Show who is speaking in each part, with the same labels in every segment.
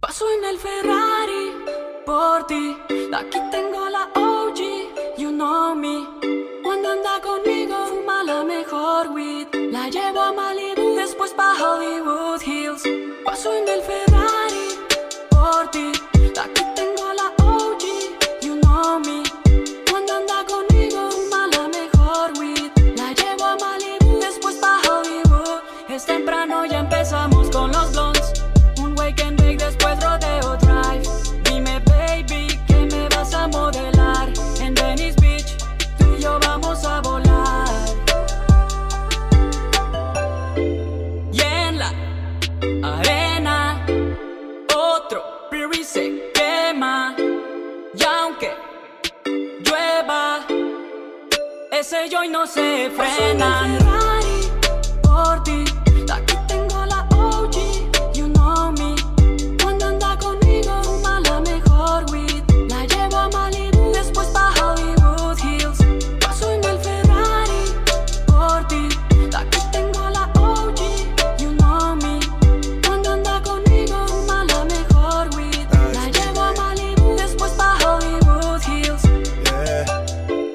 Speaker 1: Paso en el Ferrari por ti. Aquí tengo la OG, you know me. Cuando anda conmigo, fuma la mejor weed. La llevo a Malibu, después pa' Hollywood Hills. Paso en el Ferrari por ti. Aquí tengo la OG, you know me. Cuando anda conmigo, fuma la mejor weed. La llevo a Malibu, después pa' Hollywood. Es temprano, ya empezamos con los blondes. Un wake and bake, después rodeo drive. Dime, baby, que me vas a modelar. En Venice Beach, tú y yo vamos a volar. Y en la arena, otro piri se quema. Y aunque llueva, ese joy no se frena. Ferrari por ti, aquí tengo la OG, you know me. Cuando anda conmigo, fuma la mejor weed. La llevo a Malibu, después pa' Hollywood Hills. Paso en el Ferrari por ti, aquí tengo la OG, you know me. Cuando anda conmigo, fuma la mejor weed. La llevo a Malibu, después pa' Hollywood Hills.
Speaker 2: Yeah.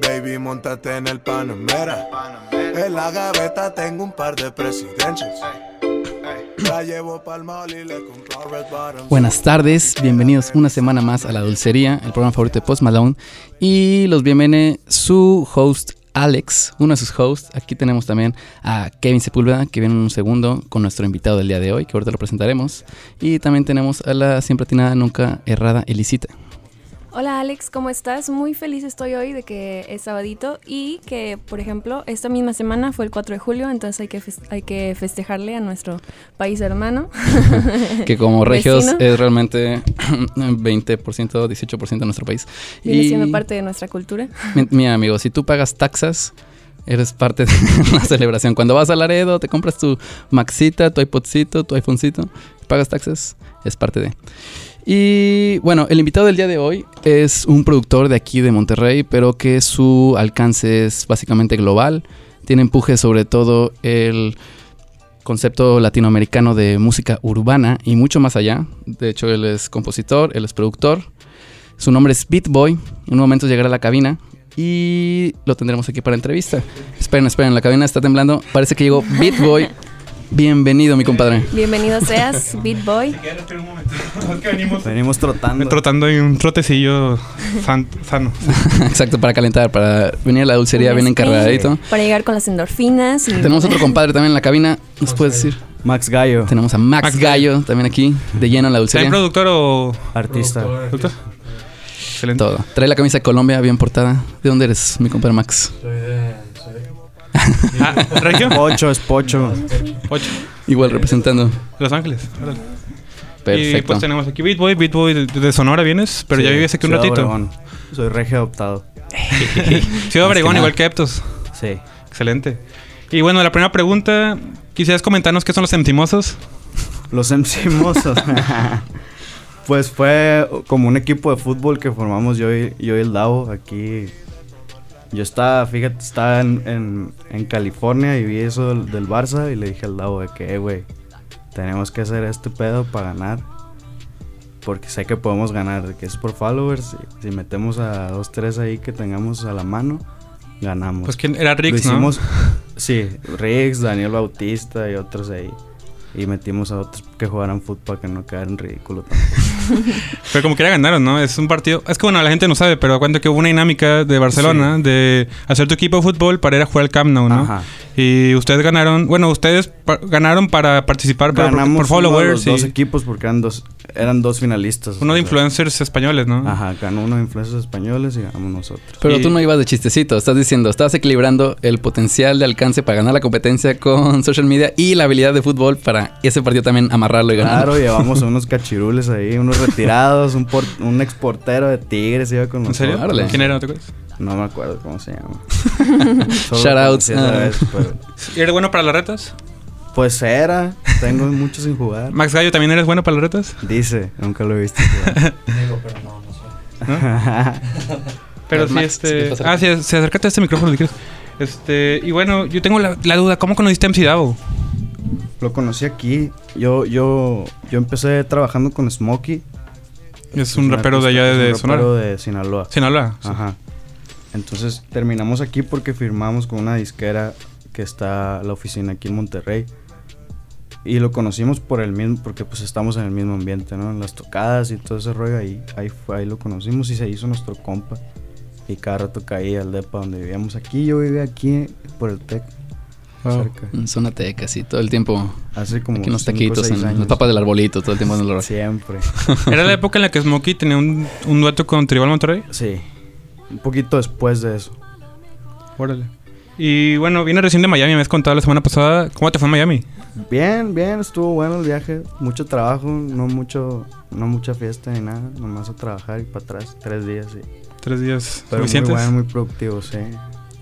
Speaker 2: Baby, montate en el Panamera. En la gaveta tengo un par de presidentes. La llevo pa'l mall y le compro Red Bottoms.
Speaker 3: Buenas tardes, bienvenidos una semana más a La Dulcería, el programa favorito de Post Malone. Y los bienvene su host Alex, uno de sus hosts. Aquí tenemos también a Kevin Sepúlveda, que viene en un segundo con nuestro invitado del día de hoy, que ahorita lo presentaremos. Y también tenemos a la siempre atinada, nunca errada Elisita.
Speaker 4: Hola Alex, ¿cómo estás? Muy feliz estoy hoy de que es sabadito y que, por ejemplo, esta misma semana fue el 4 de julio, entonces hay que, fes- hay que festejarle a nuestro país hermano.
Speaker 3: que como regios
Speaker 4: Vecino.
Speaker 3: es realmente 20%, 18% de nuestro país.
Speaker 4: Viene
Speaker 3: Y-
Speaker 4: siendo parte de nuestra cultura.
Speaker 3: Mi- Mira, amigo, si tú pagas taxas, eres parte de la celebración. Cuando vas a Laredo, te compras tu Maxita, tu iPodcito, tu iPhonecito, pagas taxas, es parte de. Y bueno, el invitado del día de hoy es un productor de aquí de Monterrey, pero que su alcance es básicamente global. Tiene empuje sobre todo el concepto latinoamericano de música urbana y mucho más allá. De hecho, él es compositor, él es productor. Su nombre es Beat Boy. En un momento llegará a la cabina y lo tendremos aquí para entrevista. Esperen, esperen, la cabina está temblando. Parece que llegó Beat Boy. Bienvenido, mi compadre.
Speaker 4: Bienvenido seas, Beat Boy.
Speaker 5: venimos,
Speaker 6: Venimos trotando.
Speaker 5: trotando en un trotecillo san- sano.
Speaker 3: Exacto, para calentar, para venir a la dulcería bien
Speaker 4: Un
Speaker 3: encargadito.
Speaker 4: sprint Este, Para llegar con las endorfinas. y-
Speaker 3: Tenemos otro compadre también en la cabina, nos puedes decir.
Speaker 6: Max Gallo,
Speaker 3: Tenemos a Max,
Speaker 5: Max
Speaker 3: Gallo, también aquí, de lleno en la
Speaker 5: ¿Será
Speaker 3: dulcería.
Speaker 5: productor o
Speaker 6: artista.
Speaker 5: productor? Excelente.
Speaker 3: Todo. Trae la camisa de Colombia bien portada. ¿De dónde eres, mi compadre Max?
Speaker 5: Ah, ¿Regio?
Speaker 6: Pocho es Pocho.
Speaker 5: Ocho.
Speaker 3: Igual representando.
Speaker 5: Los Ángeles. Órale. Y
Speaker 3: Perfecto.
Speaker 5: Eh, pues tenemos aquí Beat Boy. Beat Boy de, de Sonora vienes, pero ya
Speaker 6: Sí,
Speaker 5: vives aquí un
Speaker 6: Ciudad
Speaker 5: ratito.
Speaker 6: Obregón. Soy regio adoptado.
Speaker 5: Ciudad Obregón,
Speaker 3: nada.
Speaker 5: igual que Eptos.
Speaker 6: Sí.
Speaker 5: Excelente. Y bueno, la primera pregunta, quisieras comentarnos qué son los sentimosos.
Speaker 6: Los MC Mozos. pues fue como un equipo de fútbol que formamos yo y, yo y el Davo aquí. Yo estaba, fíjate, estaba en, en- en California y vi eso del, del Barça y le dije al Davo de que, "Eh, güey, tenemos que hacer este pedo para ganar. Porque sé que podemos ganar, de que es por followers. y Si metemos a dos, tres ahí que tengamos a la mano, ganamos.
Speaker 5: Pues quién era
Speaker 6: Lo
Speaker 5: Rix, ¿no?
Speaker 6: hicimos, sí, Riggs, Daniel Bautista y otros ahí. Y metimos a otros que jugaran fútbol para que no quedaran ridículos. tampoco.
Speaker 5: Pero como quiera ganaron, ¿no? Es un partido. Es que bueno, la gente no sabe, pero cuento que hubo una dinámica de Barcelona de hacer tu equipo de fútbol para ir a jugar al Camp Nou, ¿no?
Speaker 6: Ajá.
Speaker 5: Y ustedes ganaron, bueno, ustedes pa- ganaron para participar pero por,
Speaker 6: Ganamos
Speaker 5: por
Speaker 6: uno de los
Speaker 5: followers y
Speaker 6: dos equipos porque eran dos, eran dos finalistas.
Speaker 5: uno de
Speaker 6: o sea.
Speaker 5: influencers españoles, ¿no?
Speaker 6: Ajá, ganó uno de influencers españoles y ganamos nosotros.
Speaker 3: Pero
Speaker 5: Y-
Speaker 3: tú no ibas de chistecito, estás diciendo, estás equilibrando el potencial de alcance para ganar la competencia con social media y la habilidad de fútbol para ese partido también amarrarlo y ganarlo.
Speaker 6: Claro, llevamos a unos cachirules ahí, unos retirados, un, por, un exportero de Tigres iba con
Speaker 5: ¿En
Speaker 6: nosotros.
Speaker 5: serio?
Speaker 3: Órale.
Speaker 5: ¿Quién era? ¿Te acuerdas?
Speaker 6: No me acuerdo cómo se llama.
Speaker 3: Shout out.
Speaker 6: conocí
Speaker 5: ah.
Speaker 6: esa vez, pero-
Speaker 5: ¿Y ¿Eres bueno para las retas?
Speaker 6: Pues era, tengo mucho sin jugar.
Speaker 5: Max Gallo, ¿también eres bueno para las retas?
Speaker 6: Dice, nunca lo he visto. jugar.
Speaker 5: Pero
Speaker 3: Eh,
Speaker 6: Pues
Speaker 5: sí,
Speaker 3: Max, si
Speaker 5: este...
Speaker 3: quieres
Speaker 5: Ah, sí, sí, acércate a este micrófono si quieres. Este... Y bueno, yo tengo la, la duda, ¿cómo conociste a MC Davo?
Speaker 6: Lo conocí aquí. Yo, yo, yo empecé trabajando con Smokey.
Speaker 5: Es un
Speaker 6: una
Speaker 5: rapero de
Speaker 6: artista-
Speaker 5: allá
Speaker 6: es un
Speaker 5: de
Speaker 6: rapero
Speaker 5: Sonora.
Speaker 6: de Ah, Sinaloa.
Speaker 5: Sinaloa. sí.
Speaker 6: Ajá. Entonces terminamos aquí porque firmamos con una disquera que está la oficina aquí en Monterrey. Y lo conocimos por el mismo, porque pues estamos en el mismo ambiente, ¿no? En las tocadas y todo ese rollo ahí, ahí fue, ahí lo conocimos y se hizo nuestro compa. Y cada rato caía al depa donde vivíamos aquí, yo vivía aquí por el TEC, cerca.
Speaker 3: En zona teca, sí, todo el tiempo.
Speaker 6: Hace como
Speaker 3: Aquí en los
Speaker 6: cinco,
Speaker 3: taquitos,
Speaker 6: seis
Speaker 3: en
Speaker 6: años.
Speaker 3: las papas del arbolito, todo el tiempo en el olor.
Speaker 6: Siempre.
Speaker 5: Era la época en la que Smokey tenía un, un dueto con Tribal Monterrey.
Speaker 6: Sí. Un poquito después de eso.
Speaker 5: Órale. Y bueno, viene recién de Miami, me has contado la semana pasada. ¿Cómo te fue en Miami?
Speaker 6: Bien, bien, estuvo bueno el viaje, mucho trabajo, no mucho, no mucha fiesta ni nada, nomás a trabajar y para atrás, tres días, sí.
Speaker 5: Tres días
Speaker 6: Pero muy
Speaker 5: suficientes.
Speaker 6: bueno, muy productivo, sí.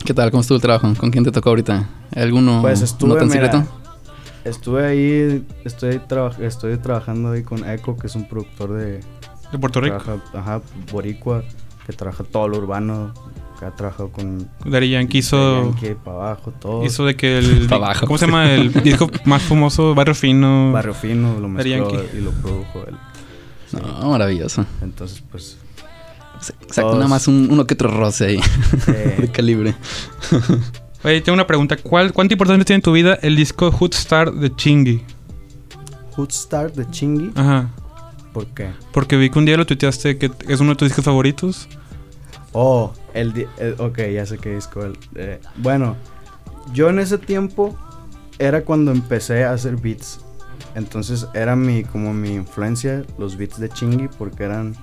Speaker 3: ¿Qué tal? ¿Cómo estuvo el trabajo? ¿Con quién te tocó ahorita?
Speaker 5: Mm,
Speaker 3: ¿Alguno
Speaker 6: Pues
Speaker 3: no
Speaker 6: estuve,
Speaker 3: tan
Speaker 6: mira,
Speaker 3: secreto?
Speaker 6: estuve ahí, estoy, traba- estoy trabajando ahí con Echo, que es un productor de,
Speaker 5: De Puerto Rico.
Speaker 6: trabaja, ajá, boricua, que trabaja todo lo urbano, que ha trabajado con
Speaker 5: Daddy Yankee hizo,
Speaker 6: para abajo, todo,
Speaker 5: hizo de que el...
Speaker 3: Pa' abajo.
Speaker 5: ¿Cómo se llama? El disco más famoso, Barrio Fino.
Speaker 6: Barrio Fino,
Speaker 5: Daddy
Speaker 6: lo mezcló
Speaker 5: Yankee.
Speaker 6: y lo produjo él. Sí,
Speaker 3: No, maravilloso.
Speaker 6: Entonces, pues,
Speaker 3: Exacto,
Speaker 6: Todos.
Speaker 3: nada más un- uno que otro roce ahí, de
Speaker 6: eh,
Speaker 3: calibre.
Speaker 5: Oye, tengo una pregunta. ¿Cuál, ¿Cuánta importancia tiene en tu vida el disco Hood Star de Chingy?
Speaker 6: Hood Star de Chingy,
Speaker 5: Ajá.
Speaker 6: ¿por qué?
Speaker 5: Porque vi que un día lo tuiteaste que es uno de tus discos favoritos.
Speaker 6: Oh, el, di- el- ok, ya sé qué disco. el- eh, bueno, yo en ese tiempo era cuando empecé a hacer beats. Entonces era mi, como mi influencia, los beats de Chingy, porque eran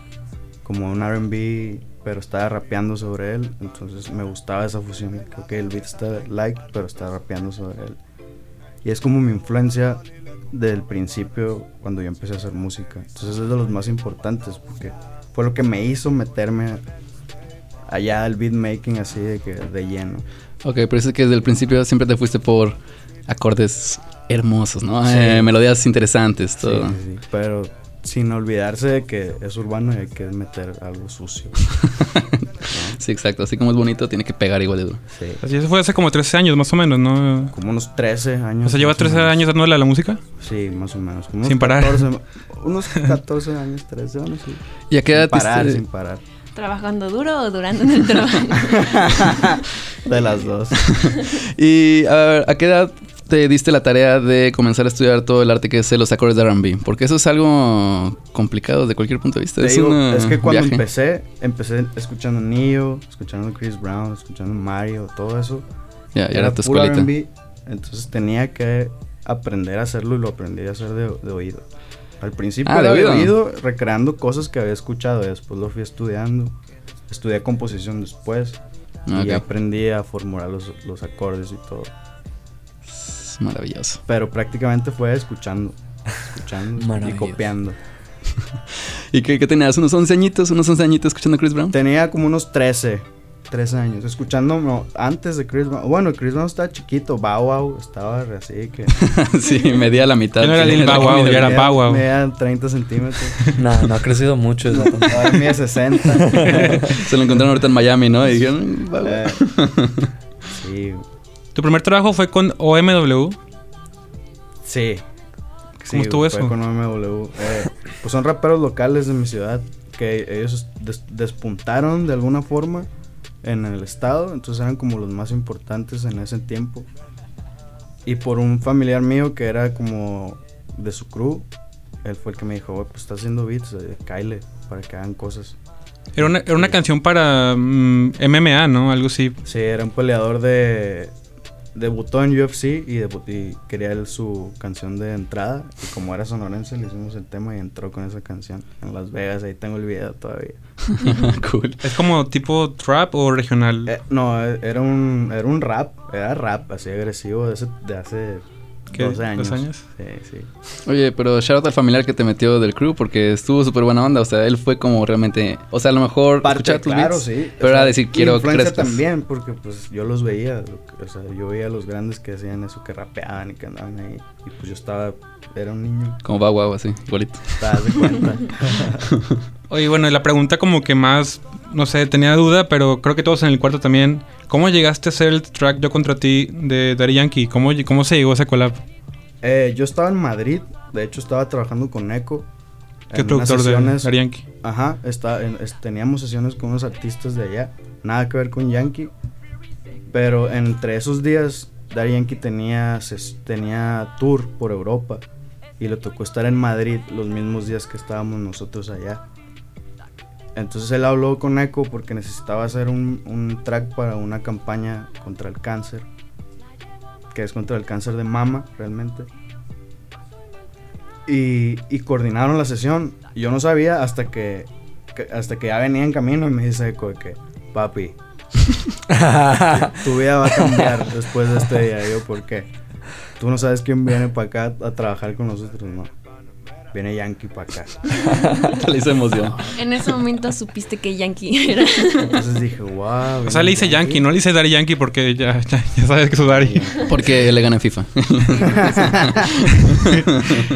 Speaker 6: como un RB, pero estaba rapeando sobre él. Entonces me gustaba esa fusión. de que, ok, el beat está like, pero está rapeando sobre él. Y es como mi influencia del principio cuando yo empecé a hacer música. Entonces es de los más importantes, porque fue lo que me hizo meterme allá al beatmaking así de que de lleno.
Speaker 3: Ok, pero eso es que desde el principio siempre te fuiste por acordes hermosos, ¿no?
Speaker 6: Sí.
Speaker 3: Eh, melodías interesantes, todo.
Speaker 6: Sí, sí, sí. Pero sin olvidarse de que es urbano y hay que meter algo sucio.
Speaker 3: Sí, exacto. Así como es bonito, tiene que pegar igual de duro.
Speaker 6: Sí.
Speaker 5: Así eso fue hace como 13 años, más o menos, ¿no?
Speaker 6: Como unos 13 años.
Speaker 5: O sea, lleva
Speaker 6: más
Speaker 5: 13
Speaker 6: menos.
Speaker 5: años dándole a la música.
Speaker 6: Sí, más o menos. Como unos
Speaker 5: Sin parar.
Speaker 6: 14, unos 14 años, 13 años. sí.
Speaker 3: ¿Y a qué
Speaker 6: Sin
Speaker 3: edad te-
Speaker 6: parar, sin parar.
Speaker 4: ¿Trabajando duro o durando en el trabajo?
Speaker 6: De las dos.
Speaker 3: ¿Y a, ver, ¿a qué edad te diste la tarea de comenzar a estudiar todo el arte que es los acordes de R&B? Porque eso es algo complicado desde cualquier punto de vista.
Speaker 6: Te
Speaker 3: es,
Speaker 6: digo,
Speaker 3: una-
Speaker 6: es que cuando
Speaker 3: viaje.
Speaker 6: empecé, empecé escuchando Neo, escuchando Chris Brown, escuchando Mario, todo eso.
Speaker 3: Ya, ya era tu
Speaker 6: puro
Speaker 3: escuelita.
Speaker 6: R&B, entonces tenía que aprender a hacerlo y lo aprendí a hacer de, de oído. Al principio
Speaker 3: Ah,
Speaker 6: era
Speaker 3: ¿de
Speaker 6: de
Speaker 3: oído?
Speaker 6: oído, recreando cosas que había escuchado, y después lo fui estudiando. Estudié composición después
Speaker 3: Ah,
Speaker 6: y
Speaker 3: ok.
Speaker 6: aprendí a formular los, los acordes y todo.
Speaker 3: Es maravilloso.
Speaker 6: Pero prácticamente fue escuchando, escuchando y
Speaker 3: Maravilloso.
Speaker 6: copiando.
Speaker 3: ¿Y qué, qué tenías? ¿Unos 11 añitos? ¿Unos 11 añitos escuchando a Chris Brown?
Speaker 6: Tenía como unos 13, 13 años, escuchando no, antes de Chris Brown. Bueno, Chris Brown estaba chiquito, Bow Wow estaba así que...
Speaker 3: sí, medía la mitad.
Speaker 5: Yo no era
Speaker 3: Sí,
Speaker 5: Lil Bow Wow, yo era
Speaker 6: medía-
Speaker 5: Bow Wow.
Speaker 6: medía 30 centímetros.
Speaker 7: No, no ha crecido mucho. ese vato.
Speaker 6: Ahora mide 60.
Speaker 3: Se lo encontraron ahorita en Miami, ¿no? Y dijeron, "Mm, va, va".
Speaker 6: Eh, sí,
Speaker 5: Tu primer trabajo fue con OMW.
Speaker 6: sí. Sí,
Speaker 5: estuvo
Speaker 6: fue
Speaker 5: eso?
Speaker 6: Con OMW. Eh, pues son raperos locales de mi ciudad que ellos des- despuntaron de alguna forma en el estado, entonces eran como los más importantes en ese tiempo. Y por un familiar mío que era como de su crew, él fue el que me dijo, "Oye, pues está haciendo beats, eh, cáele para que hagan cosas.
Speaker 5: Era una, era una canción para mm, MMA, ¿no? Algo así.
Speaker 6: Sí, era un peleador de. Debutó en UFC y, debu- y quería él su canción de entrada. Y como era sonorense, le hicimos el tema y entró con esa canción en Las Vegas. Ahí tengo el video todavía.
Speaker 3: Ah, cool.
Speaker 5: Es como tipo trap o regional.
Speaker 6: Eh, no, eh, era un, era un rap, era rap así agresivo de, ese- de hace
Speaker 5: ¿Qué?
Speaker 6: 12 años.
Speaker 5: ¿Dos años?
Speaker 6: Sí, sí.
Speaker 3: Oye, pero shout out al familiar que te metió del crew porque estuvo súper buena onda. O sea, él fue como realmente. O sea, a lo mejor
Speaker 6: Parte,
Speaker 3: escuchar tus
Speaker 6: claro,
Speaker 3: beats,
Speaker 6: sí.
Speaker 3: Pero
Speaker 6: O
Speaker 3: era
Speaker 6: sea,
Speaker 3: decir, quiero
Speaker 6: influencia
Speaker 3: crezcas.
Speaker 6: también, porque pues yo los veía. lo que- O sea, yo veía a los grandes que hacían eso, que rapeaban y que andaban ahí. Y pues yo estaba, era un niño.
Speaker 3: Como va guau, así, igualito.
Speaker 6: Estaba de cuenta.
Speaker 5: Oye, bueno, y la pregunta como que más, no sé, tenía duda, pero creo que todos en el cuarto también. ¿Cómo llegaste a hacer el track Yo contra ti de Daddy Yankee? ¿Cómo, ll- cómo se llegó a esa collab?
Speaker 6: Eh, yo estaba en Madrid, de hecho estaba trabajando con Eco.
Speaker 5: Que es
Speaker 6: en
Speaker 5: productor
Speaker 6: unas sesiones-
Speaker 5: de Daddy Yankee.
Speaker 6: Ajá, está, en- es- teníamos sesiones con unos artistas de allá, nada que ver con Yankee. Pero entre esos días, Daddy Yankee tenía, ses- tenía tour por Europa y le tocó estar en Madrid los mismos días que estábamos nosotros allá. Entonces él habló con Echo porque necesitaba hacer un, un track para una campaña contra el cáncer, que es contra el cáncer de mama realmente y, y coordinaron la sesión. Yo no sabía hasta que, que- hasta que ya venía en camino y me dice Eco de que, papi, tu vida va a cambiar después de este día. Y yo, ¿por qué? Tú no sabes quién viene para acá a trabajar con nosotros, no. Viene Yankee para acá.
Speaker 3: Le hice emoción.
Speaker 4: En ese momento supiste que Yankee era.
Speaker 6: Entonces dije, wow.
Speaker 5: O sea, le hice Yankee, no le hice Daddy Yankee porque ya, ya, ya sabes que es Daddy.
Speaker 3: Porque le gané FIFA.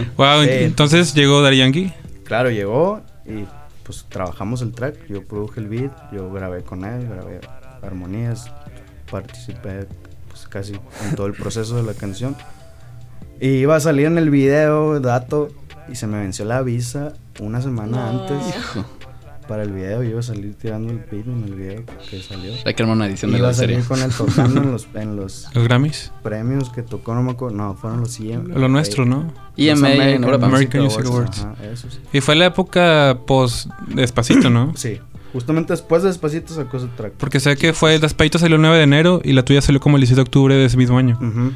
Speaker 5: Wow,
Speaker 6: Sí.
Speaker 5: entonces llegó Daddy Yankee.
Speaker 6: Claro, llegó y pues trabajamos el track. Yo produje el beat, yo grabé con él, grabé armonías, participé pues casi en todo el proceso de la canción. Y iba a salir en el video, dato, y se me venció la visa una semana antes para el video. Iba a salir tirando el beat en el video que salió.
Speaker 3: Hay que armar una edición de
Speaker 6: Iba
Speaker 3: la
Speaker 6: a
Speaker 3: serie.
Speaker 6: salir con él tocando en los, en los
Speaker 5: Los Grammys.
Speaker 6: premios que tocó, no me acuerdo, no, fueron los EM.
Speaker 5: Lo nuestro, ¿no?
Speaker 3: EMA
Speaker 6: Los
Speaker 3: en Europa.
Speaker 5: American Music
Speaker 6: Ajá, esos.
Speaker 5: Y fue la época post despacito, ¿no?
Speaker 6: Sí, justamente después de Despacito sacó su track.
Speaker 5: Porque sé que fue Despacito salió el 9 de enero y la tuya salió como el 17 de octubre de ese mismo año.
Speaker 6: Ujú.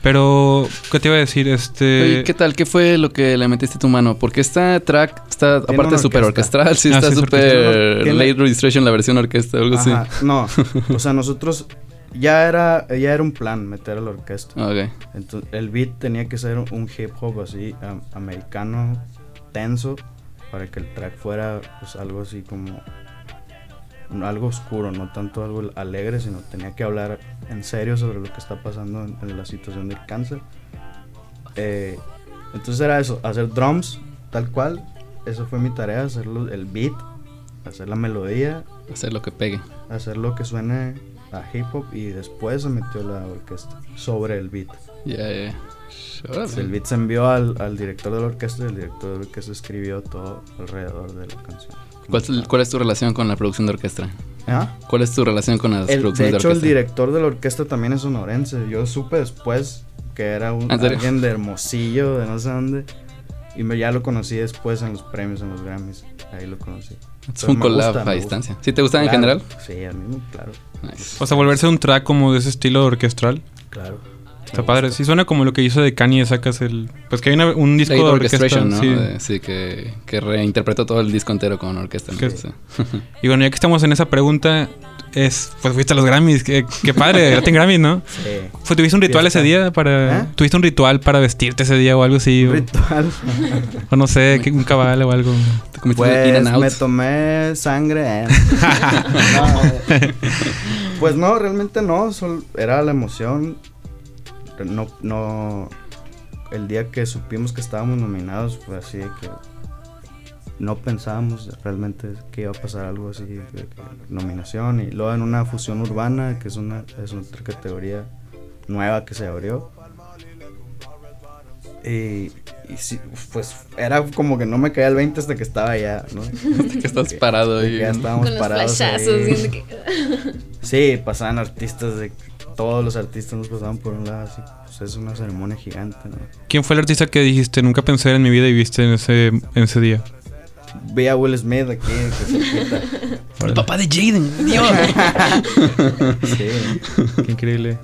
Speaker 5: Pero, ¿qué te iba a decir? Este.
Speaker 6: Eh,
Speaker 3: Oye, ¿qué tal? ¿Qué fue lo que le metiste tu mano? Porque esta track está, aparte,
Speaker 6: una
Speaker 3: súper
Speaker 6: orquesta.
Speaker 3: orquestral. Sí,
Speaker 5: Ah,
Speaker 3: está
Speaker 5: sí, es
Speaker 3: súper
Speaker 6: orquestral. Tiene-
Speaker 3: late registration, la versión orquesta, algo así.
Speaker 6: Ajá, No, o sea, nosotros ya era, ya era un plan meter a la orquesta.
Speaker 3: Ok.
Speaker 6: Entonces, el beat tenía que ser un hip hop así, am- americano, tenso, para que el track fuera pues, algo así como algo oscuro, no tanto algo alegre, sino tenía que hablar en serio sobre lo que está pasando en, en la situación del cáncer. Eh, entonces era eso, hacer drums tal cual, eso fue mi tarea, hacer lo- el beat, hacer la melodía,
Speaker 3: Hacer lo que pegue.
Speaker 6: hacer lo que suene a hip hop y después se metió la orquesta sobre el beat.
Speaker 3: Ya, ya, ya. Órale.
Speaker 6: El beat se envió al, al director de la orquesta y el director de la orquesta escribió todo alrededor de la canción.
Speaker 3: ¿Cuál, es, cuál es tu relación con la producción de orquesta?
Speaker 6: ¿Ah?
Speaker 3: ¿Cuál es tu relación con las
Speaker 6: El- de
Speaker 3: producciones
Speaker 6: hecho, el
Speaker 3: de orquesta?
Speaker 6: director de la orquesta también es sonorense. Yo supe después que era un,
Speaker 3: ¿En serio?
Speaker 6: alguien de Hermosillo, de no sé dónde. Y me, ya lo conocí después en los premios, en los Grammys. Ahí lo conocí.
Speaker 3: es
Speaker 6: Pero
Speaker 3: un
Speaker 6: me
Speaker 3: collab
Speaker 6: gusta, me
Speaker 3: a
Speaker 6: gusta.
Speaker 3: distancia. ¿Sí te gustan en
Speaker 6: Claro,
Speaker 3: general?
Speaker 6: Sí, a mí, claro.
Speaker 3: Nice.
Speaker 5: O sea, volverse un track como de ese estilo orquestral.
Speaker 6: Claro.
Speaker 5: Está padre. Sí, suena como lo que hizo de Kanye, sacas el. Pues que hay una- un disco
Speaker 3: Late
Speaker 5: de orquesta.
Speaker 3: orchestration, ¿no?
Speaker 5: sí.
Speaker 3: De- Sí, que, que reinterpretó todo el disco entero con orquesta. ¿no?
Speaker 5: Que-
Speaker 3: Sí.
Speaker 5: Y bueno, ya que estamos en esa pregunta, es. Pues fuiste a los Grammys. Qué, qué padre, Latin Grammys, ¿no?
Speaker 6: Sí.
Speaker 5: Fue- ¿Tuviste un ritual ese
Speaker 6: Fiesta.
Speaker 5: día para.
Speaker 6: ¿Eh?
Speaker 5: ¿Tuviste un ritual para vestirte ese día o algo así? O,
Speaker 6: Ritual.
Speaker 5: o no sé, que- un cabal o algo.
Speaker 3: ¿Te comiste
Speaker 6: Pues
Speaker 3: In and Out?
Speaker 6: me tomé sangre. eh. No, eh. pues no, realmente no. sol- era la emoción. No, no. El día que supimos que estábamos nominados fue así de que no pensábamos realmente que iba a pasar algo así de que nominación y luego en una fusión urbana que es una es otra categoría nueva que se abrió y, y sí, pues era como que no me caía el 20 hasta que estaba allá ¿no?
Speaker 3: que estás parado
Speaker 6: De que
Speaker 3: y
Speaker 6: ya estábamos
Speaker 4: con los
Speaker 6: parados
Speaker 4: flashazos.
Speaker 6: ahí.
Speaker 4: viendo que-
Speaker 6: Sí, pasaban artistas de todos los artistas nos pasaban por un lado así, pues es una ceremonia gigante, ¿no?
Speaker 5: ¿Quién fue el artista que dijiste nunca pensé en mi vida y viste en ese, en ese día?
Speaker 6: Ve a Will Smith aquí, que se quita.
Speaker 3: el papá de Jaden. Dios.
Speaker 6: Sí.
Speaker 5: Qué increíble.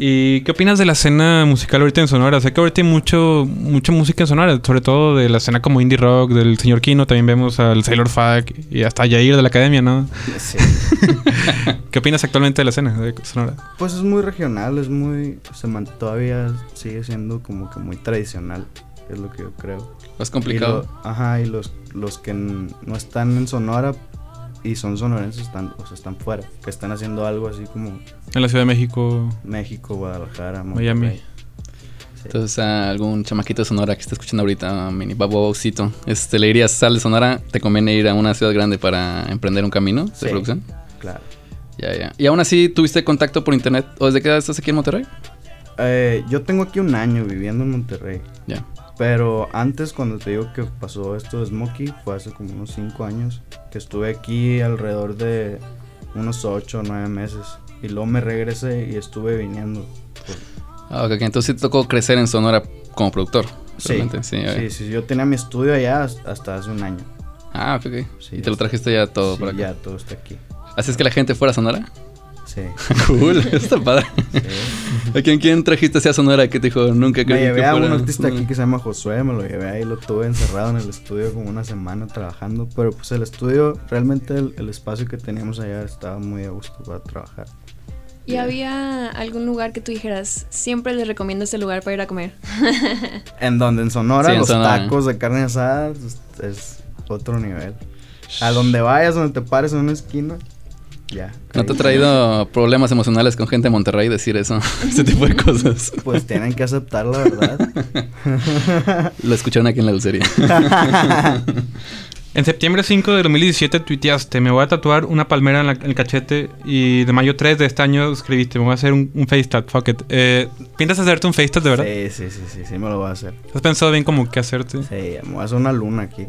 Speaker 5: ¿Y qué opinas de la escena musical ahorita en Sonora? Sé que ahorita hay mucho, mucha música en Sonora, sobre todo de la escena como indie rock, del señor Kino, también vemos al Sailor Fag y hasta a Yair de la academia, ¿no?
Speaker 6: sí.
Speaker 5: ¿Qué opinas actualmente de la escena de Sonora?
Speaker 6: Pues es muy regional, es muy. Se man- todavía sigue siendo como que muy tradicional, es lo que yo creo.
Speaker 3: Más
Speaker 6: Y
Speaker 3: complicado.
Speaker 6: lo- ajá, y los, los que n- no están en Sonora y son sonorenses están, o sea, están fuera, que están haciendo algo así como
Speaker 5: En la Ciudad de México,
Speaker 6: México, Guadalajara,
Speaker 5: Miami.
Speaker 6: Monterrey.
Speaker 3: Entonces, a algún chamaquito de Sonora que está escuchando ahorita, a mini babocito, este, le dirías, sal de Sonora, te conviene ir a una ciudad grande para emprender un camino de
Speaker 6: Sí.
Speaker 3: producción.
Speaker 6: Claro.
Speaker 3: Ya, ya. Y aún así, ¿tuviste contacto por internet? ¿O desde qué edad estás aquí en Monterrey?
Speaker 6: eh, yo tengo aquí un año viviendo en Monterrey.
Speaker 3: Ya.
Speaker 6: Pero antes, cuando te digo que pasó esto de Smokey, fue hace como unos 5 años, que estuve aquí alrededor de unos 8 o 9 meses. Y luego me regresé y estuve viniendo.
Speaker 3: Ah, ok, ok, entonces sí te tocó crecer en Sonora como productor.
Speaker 6: Sí,
Speaker 3: realmente,
Speaker 6: sí,
Speaker 3: ok.
Speaker 6: sí, Yo tenía mi estudio allá has- hasta hace un año.
Speaker 3: Ah, ok, ok.
Speaker 6: Sí,
Speaker 3: y te lo
Speaker 6: está-
Speaker 3: trajiste ya todo
Speaker 6: Sí,
Speaker 3: por acá.
Speaker 6: Ya todo está aquí.
Speaker 3: ¿Así es que la gente fuera a Sonora?
Speaker 6: Sí.
Speaker 3: cool, está padre.
Speaker 6: sí.
Speaker 3: ¿A quién, quién trajiste hacia Sonora que te dijo nunca
Speaker 6: me
Speaker 3: creí que
Speaker 6: llevé a un
Speaker 3: fuera-
Speaker 6: artista aquí que se llama Josué, me lo llevé ahí, lo tuve encerrado en el estudio como una semana trabajando. Pero pues el estudio, realmente el, el espacio que teníamos allá estaba muy a gusto para trabajar.
Speaker 4: ¿Y había algún lugar que tú dijeras, siempre les recomiendo este lugar para ir a comer?
Speaker 6: En donde en Sonora
Speaker 3: Sí, en
Speaker 6: los
Speaker 3: Sonora.
Speaker 6: tacos de carne asada es, es otro nivel. A donde vayas, donde te pares en una esquina, ya.
Speaker 3: ¿No te ha
Speaker 6: ahí.
Speaker 3: traído problemas emocionales con gente de Monterrey decir eso? Ese tipo de cosas.
Speaker 6: Pues tienen que aceptar la verdad.
Speaker 3: Lo escucharon aquí en la dulcería.
Speaker 5: En septiembre 5 de 2017 tuiteaste, me voy a tatuar una palmera en, la- en el cachete y de mayo 3 de este año escribiste, me voy a hacer un, un face tat, fuck it. Eh, ¿Piensas hacerte un face tat de verdad?
Speaker 6: sí, sí, sí, sí, sí, me lo voy a hacer.
Speaker 5: ¿Has pensado bien como qué hacerte?
Speaker 6: Sí, me voy a hacer una luna aquí.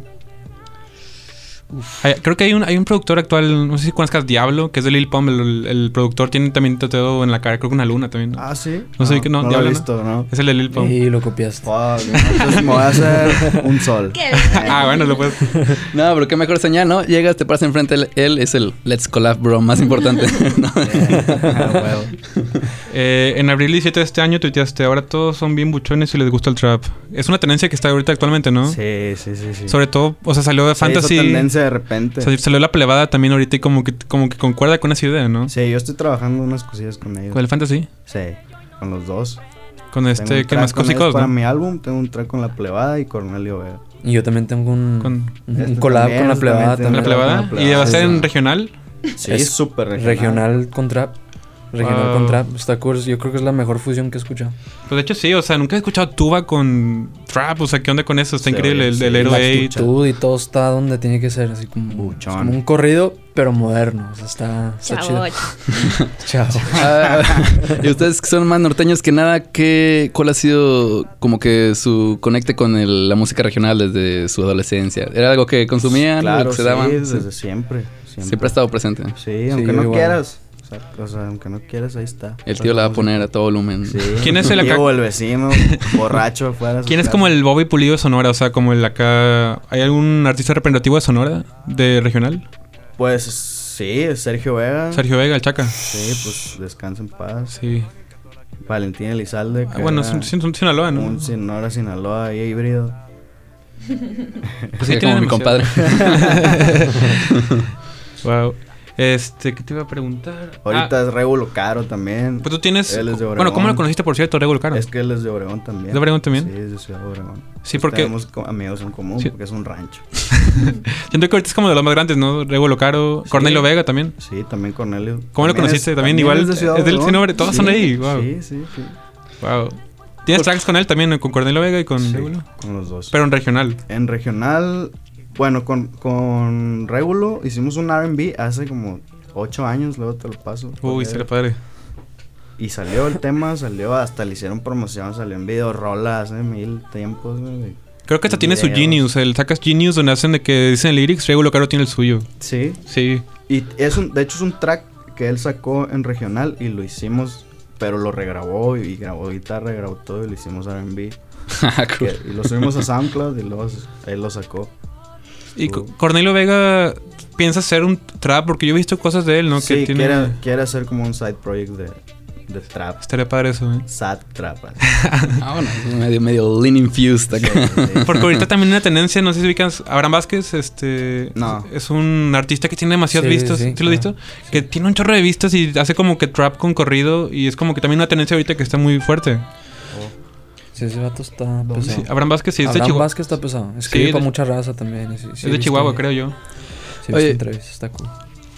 Speaker 5: Hay- creo que hay un, hay un productor actual, no sé si conozcas Diablo, que es de Lil Pump, el, el- el productor tiene también tatuado en la cara, creo que una luna también.
Speaker 6: Ah, sí.
Speaker 5: No sé, que no,
Speaker 6: lo he
Speaker 5: diablo,
Speaker 6: visto, ¿no?
Speaker 5: Es el de Lil Pump.
Speaker 7: Y lo copiaste.
Speaker 6: Fuck, entonces me voy a hacer un sol.
Speaker 4: ¿Qué?
Speaker 5: Ah, bueno, lo puedes...
Speaker 3: No, pero qué mejor señal, ¿no? Llegas, te paras enfrente, él, él es el Let's Collab, bro, más importante. ¿no?
Speaker 6: Eh, ah, huevo.
Speaker 5: Eh, en abril 17 de este año tuiteaste, ahora todos son bien buchones y les gusta el trap. Es una tendencia que está ahorita actualmente, ¿no?
Speaker 6: Sí, sí, sí, sí.
Speaker 5: Sobre todo, o sea, salió de
Speaker 6: Se hizo
Speaker 5: Fantasy.
Speaker 6: tendencia de repente.
Speaker 5: O sea, salió la plebada también ahorita y como que, como que concuerda con esa idea, ¿no?
Speaker 6: Sí, yo estoy trabajando unas cosillas con ellos.
Speaker 5: Con el fantasy.
Speaker 6: Sí, con los dos.
Speaker 5: Con
Speaker 6: Tengo
Speaker 5: este,
Speaker 6: un
Speaker 5: que
Speaker 6: track
Speaker 5: más
Speaker 6: con ellos
Speaker 5: cosicos,
Speaker 6: Para
Speaker 5: ¿no?
Speaker 6: mi álbum tengo un track con La Plebada y Cornelio Vega.
Speaker 7: Y yo también tengo un,
Speaker 5: Con
Speaker 7: un
Speaker 6: Este
Speaker 7: collab
Speaker 6: también,
Speaker 7: con la
Speaker 6: este
Speaker 7: plebada
Speaker 6: también
Speaker 7: también.
Speaker 5: con la
Speaker 6: con
Speaker 5: plebada.
Speaker 6: la
Speaker 5: Y
Speaker 6: plebada,
Speaker 5: va a ser
Speaker 7: sí.
Speaker 5: en regional.
Speaker 6: Sí,
Speaker 7: Es
Speaker 6: súper
Speaker 7: Regional con trap. Regional
Speaker 5: Wow.
Speaker 7: con trap. Está cool. Yo creo que es la mejor fusión que he escuchado.
Speaker 5: Pues de hecho sí, o sea, nunca he escuchado tuba con trap, o sea, ¿qué onda con eso? Está
Speaker 6: Sí,
Speaker 5: increíble
Speaker 6: oye,
Speaker 5: el,
Speaker 6: sí.
Speaker 5: el
Speaker 7: la
Speaker 5: héroe.
Speaker 7: actitud y todo está donde tiene que ser. Así como, es
Speaker 6: Buchón.
Speaker 7: como un corrido, pero moderno. O sea, está, está chido.
Speaker 4: Chavoy.
Speaker 7: Chavo.
Speaker 3: Ah, y ustedes que son más norteños que nada, ¿qué, ¿cuál ha sido como que su conecte con el- la música regional desde su adolescencia? ¿Era algo que consumían? algo
Speaker 6: Claro,
Speaker 3: que
Speaker 6: sí,
Speaker 3: se daban?
Speaker 6: desde siempre. Siempre,
Speaker 3: Siempre ha estado presente.
Speaker 6: Sí, aunque
Speaker 7: Sí,
Speaker 6: no
Speaker 7: igual.
Speaker 6: quieras. O sea, o sea, aunque no quieras, ahí está.
Speaker 3: El tío la va a poner a todo volumen.
Speaker 6: Sí.
Speaker 5: ¿Quién es el
Speaker 6: Tío,
Speaker 5: acá-
Speaker 6: el vecino, borracho afuera. de su
Speaker 5: ¿Quién es
Speaker 6: casa.
Speaker 5: como el Bobby Pulido de Sonora? O sea, como el acá... ¿Hay algún artista representativo de Sonora? ¿De regional?
Speaker 6: Pues sí, Sergio Vega.
Speaker 5: Sergio Vega, el Chaca.
Speaker 6: Sí, pues descansa en paz.
Speaker 5: Sí.
Speaker 6: Valentín Elizalde.
Speaker 5: Ah,
Speaker 6: que
Speaker 5: bueno,
Speaker 6: era
Speaker 5: son, son, son Sinaloa, ¿no?
Speaker 6: Un Sinora Sinaloa ahí híbrido.
Speaker 5: Pues
Speaker 3: Sí,
Speaker 5: sí,
Speaker 3: como
Speaker 5: tienen
Speaker 3: mi compadre.
Speaker 5: demasiado. wow. Este, ¿qué te iba a preguntar?
Speaker 6: Ahorita
Speaker 5: Ah,
Speaker 6: es Regulo Caro también.
Speaker 5: pues tú tienes...
Speaker 6: él es de
Speaker 5: bueno, ¿cómo lo
Speaker 6: Obregón.
Speaker 5: conociste, por cierto, Regulo Caro?
Speaker 6: Es que él es de Obregón también.
Speaker 5: ¿De Obregón también?
Speaker 6: Sí, es de Ciudad Obregón.
Speaker 5: Sí, porque
Speaker 6: Tenemos co- amigos en común
Speaker 5: Sí.
Speaker 6: porque es un rancho.
Speaker 5: siento que ahorita es como de los más grandes, ¿no? Regulo Caro,
Speaker 6: Sí.
Speaker 5: Cornelio Vega también.
Speaker 6: Sí, también Cornelio.
Speaker 5: ¿Cómo lo
Speaker 6: También es-
Speaker 5: conociste? También igual, es del
Speaker 6: Obregón.
Speaker 5: Cine Obre- todos son ahí, guau.
Speaker 6: Sí, sí, sí.
Speaker 5: Wow. ¿Tienes tracks con él también, eh, con Cornelio Vega y con
Speaker 6: Sí,
Speaker 5: Regulo?
Speaker 6: con los dos.
Speaker 5: Pero en regional.
Speaker 6: en regional, bueno, con, con Regulo hicimos un R&B hace como 8 años, luego te lo paso.
Speaker 5: Uy,
Speaker 6: Porque-
Speaker 5: será padre.
Speaker 6: Y salió el tema, salió hasta le hicieron promoción, salió en video rola hace mil tiempos, güey.
Speaker 5: Creo que hasta tiene su
Speaker 6: Videos.
Speaker 5: Genius. El sacas Genius donde hacen de que dicen lyrics, Regulo Caro tiene el suyo.
Speaker 6: Sí.
Speaker 5: Sí.
Speaker 6: Y es un, de hecho es un track que él sacó en regional y lo hicimos, pero lo regrabó y, y grabó guitarra, grabó todo y lo hicimos R&B.
Speaker 3: Ah, cool.
Speaker 6: que- Y lo subimos a SoundCloud y luego él lo sacó.
Speaker 5: Y Co- Cornelio Vega piensa hacer un trap porque yo he visto cosas de él, ¿no?
Speaker 6: sí,
Speaker 5: que tiene.
Speaker 6: quiere, quiere hacer como un side project de, de trap,
Speaker 5: Estaría padre eso, ¿eh?
Speaker 6: sad trap. así.
Speaker 3: Ah, bueno, es medio, medio lean infused acá.
Speaker 5: Porque ahorita también una tendencia, no sé si ubicas, Abraham Vázquez, este...
Speaker 6: No.
Speaker 5: Es un artista que tiene demasiados
Speaker 7: Sí,
Speaker 5: vistos,
Speaker 7: sí,
Speaker 5: ¿sí lo has visto?
Speaker 7: claro.
Speaker 5: Que tiene un chorro de vistas y hace como que trap con corrido y es como que también una tendencia ahorita que está muy fuerte.
Speaker 7: Sí, ese vato está
Speaker 5: Sí,
Speaker 7: pesado.
Speaker 5: Abraham Vázquez sí, es de
Speaker 7: Pues Abraham
Speaker 5: Chihuahua.
Speaker 7: Vázquez está pesado. Es
Speaker 5: Sí,
Speaker 7: que
Speaker 5: de-
Speaker 7: para mucha raza también. y sí- sí
Speaker 5: Es
Speaker 7: he
Speaker 5: de
Speaker 7: visto-
Speaker 5: Chihuahua, creo yo.
Speaker 7: Sí, he
Speaker 3: Oye.
Speaker 7: visto entrevistas, está cool.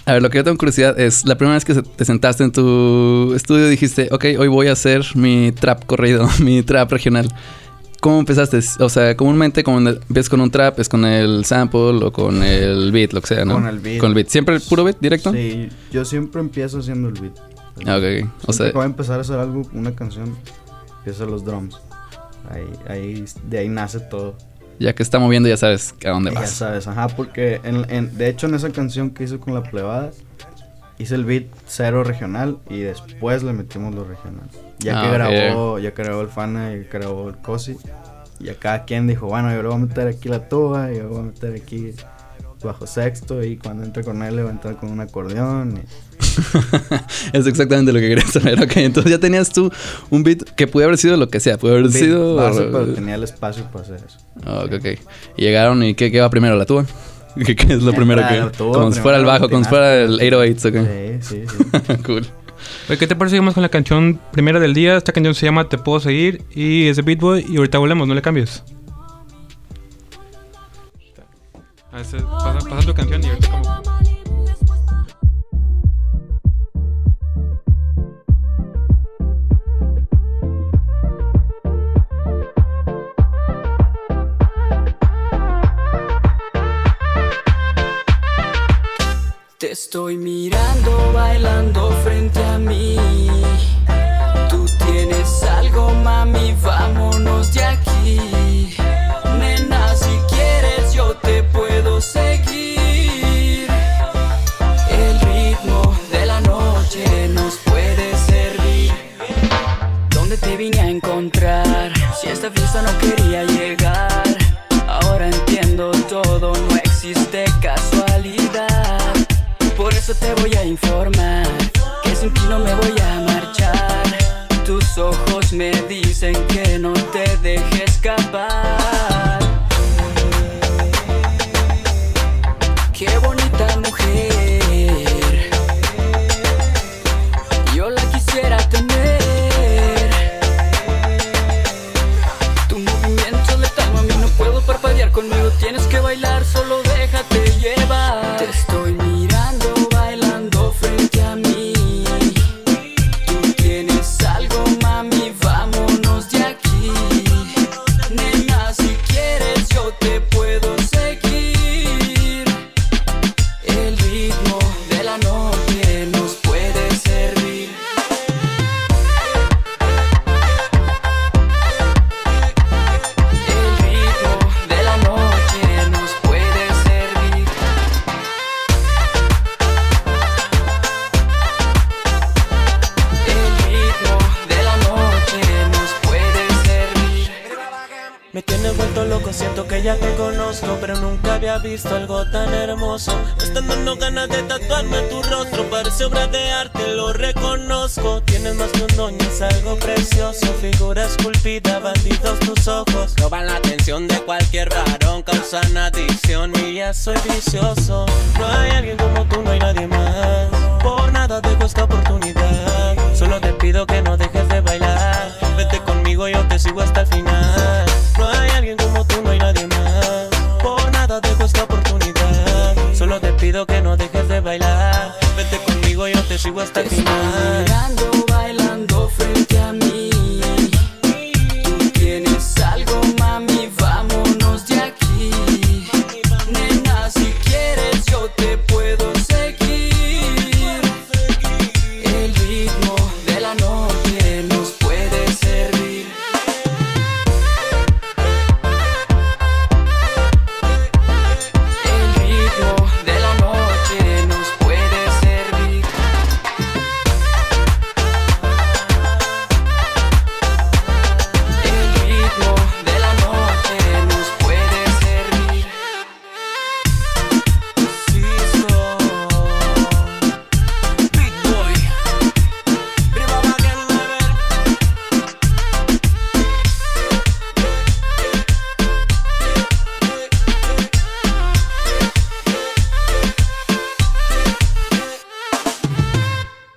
Speaker 3: A ver, lo que yo tengo curiosidad es, la primera vez que se- te sentaste en tu estudio dijiste, ok, hoy voy a hacer mi trap corrido, mi trap regional. ¿Cómo empezaste? O sea, comúnmente cuando empiezas con un trap es con el sample o con el beat, lo que sea, ¿no?
Speaker 6: Con el beat.
Speaker 3: Con el beat. ¿Siempre el puro beat directo?
Speaker 6: Sí, yo siempre empiezo haciendo el beat.
Speaker 3: Ah, ok, ok. O
Speaker 6: Siempre
Speaker 3: sea,
Speaker 6: que voy a empezar a hacer algo, una canción, Empiezo los drums. Ahí, ahí, de ahí nace todo.
Speaker 3: Ya que está moviendo, ya sabes a dónde
Speaker 6: Y Ya
Speaker 3: vas.
Speaker 6: sabes, ajá, porque en- en- de hecho en esa canción que hice con la plebada, hice el beat cero regional y después le metimos lo regional. Ya
Speaker 3: Ah,
Speaker 6: que
Speaker 3: ok.
Speaker 6: grabó, ya que grabó el Fana y grabó el Cosi, y a cada quien dijo, bueno, yo le voy a meter aquí la tuba, yo le voy a meter aquí bajo sexto y cuando entre con él le va a entrar con un acordeón. y-
Speaker 3: es exactamente lo que quería saber. Ok, entonces ya tenías tú un beat que puede haber sido lo que sea. Puede haber
Speaker 6: Beat
Speaker 3: sido. eh.
Speaker 6: base, pero tenía el espacio para hacer eso.
Speaker 3: Ok, ok. Y llegaron y ¿qué, qué va primero? ¿La tuba? ¿Qué, qué es lo
Speaker 6: Ya,
Speaker 3: primero
Speaker 6: la
Speaker 3: que.? como
Speaker 6: tuba
Speaker 3: si
Speaker 6: primero,
Speaker 3: fuera el bajo,
Speaker 6: la
Speaker 3: como si fuera el 808, ok.
Speaker 6: Sí, sí, sí.
Speaker 3: cool.
Speaker 5: Oye, ¿Qué te parece? Vamos con la canción primera del día. Esta canción se llama Te Puedo Seguir y es de Beat Boy. Y ahorita volvemos, no le cambies. A ver, se- Ah, Pasa, pasa tu canción y ahorita como...
Speaker 1: Te estoy mirando bailando frente a mí. Tú tienes algo, mami, vámonos de aquí. Nena, si quieres yo te puedo seguir. El ritmo de la noche nos puede servir. ¿Dónde te vine a encontrar? Si a esta fiesta no quería llegar. Ahora entiendo todo, no existe casualidad. Por eso te voy a informar que sin ti no me voy a marchar. Tus ojos me dicen que no te deje escapar. Qué bonita mujer. Yo la quisiera tener. Tu movimiento es letal, mí no puedo parpadear conmigo. Tienes que bailar, solo déjate llevar. Te estoy mirando, bailando frente a mí. Tú tienes algo, mami, vámonos de aquí. Nena, si quieres, yo te puedo seguir. El ritmo de la noche nos puede servir. El ritmo de la noche nos puede servir. El ritmo de la noche nos puede servir.
Speaker 8: Me tiene vuelto loco, siento que ya te conozco, pero nunca había visto algo tan hermoso. Me están dando ganas de tatuarme tu rostro, parece obra de arte, lo reconozco. Tienes más que un don, es algo precioso, figura esculpida, bandidos tus ojos. Roban la atención de cualquier varón, causan adicción y ya soy vicioso. No hay alguien como tú, no hay nadie más. Por nada dejo esta oportunidad, solo te pido que no dejes de bailar. Vete conmigo, yo te sigo hasta el final. No hay alguien como tú, no hay nadie más. Por nada dejo esta oportunidad. Solo te pido que no dejes de bailar. Vete conmigo, yo te sigo hasta el
Speaker 1: Te estoy
Speaker 8: final.
Speaker 1: mirando bailando frente a mí. Tú tienes algo, mami, vámonos de aquí. Nena, si quieres yo te puedo seguir. El ritmo de la noche nos puede servir. El ritmo de la noche nos puede servir. El ritmo de la noche nos puede servir.
Speaker 8: Cisco. Big Boy. Prima Wagen Lover.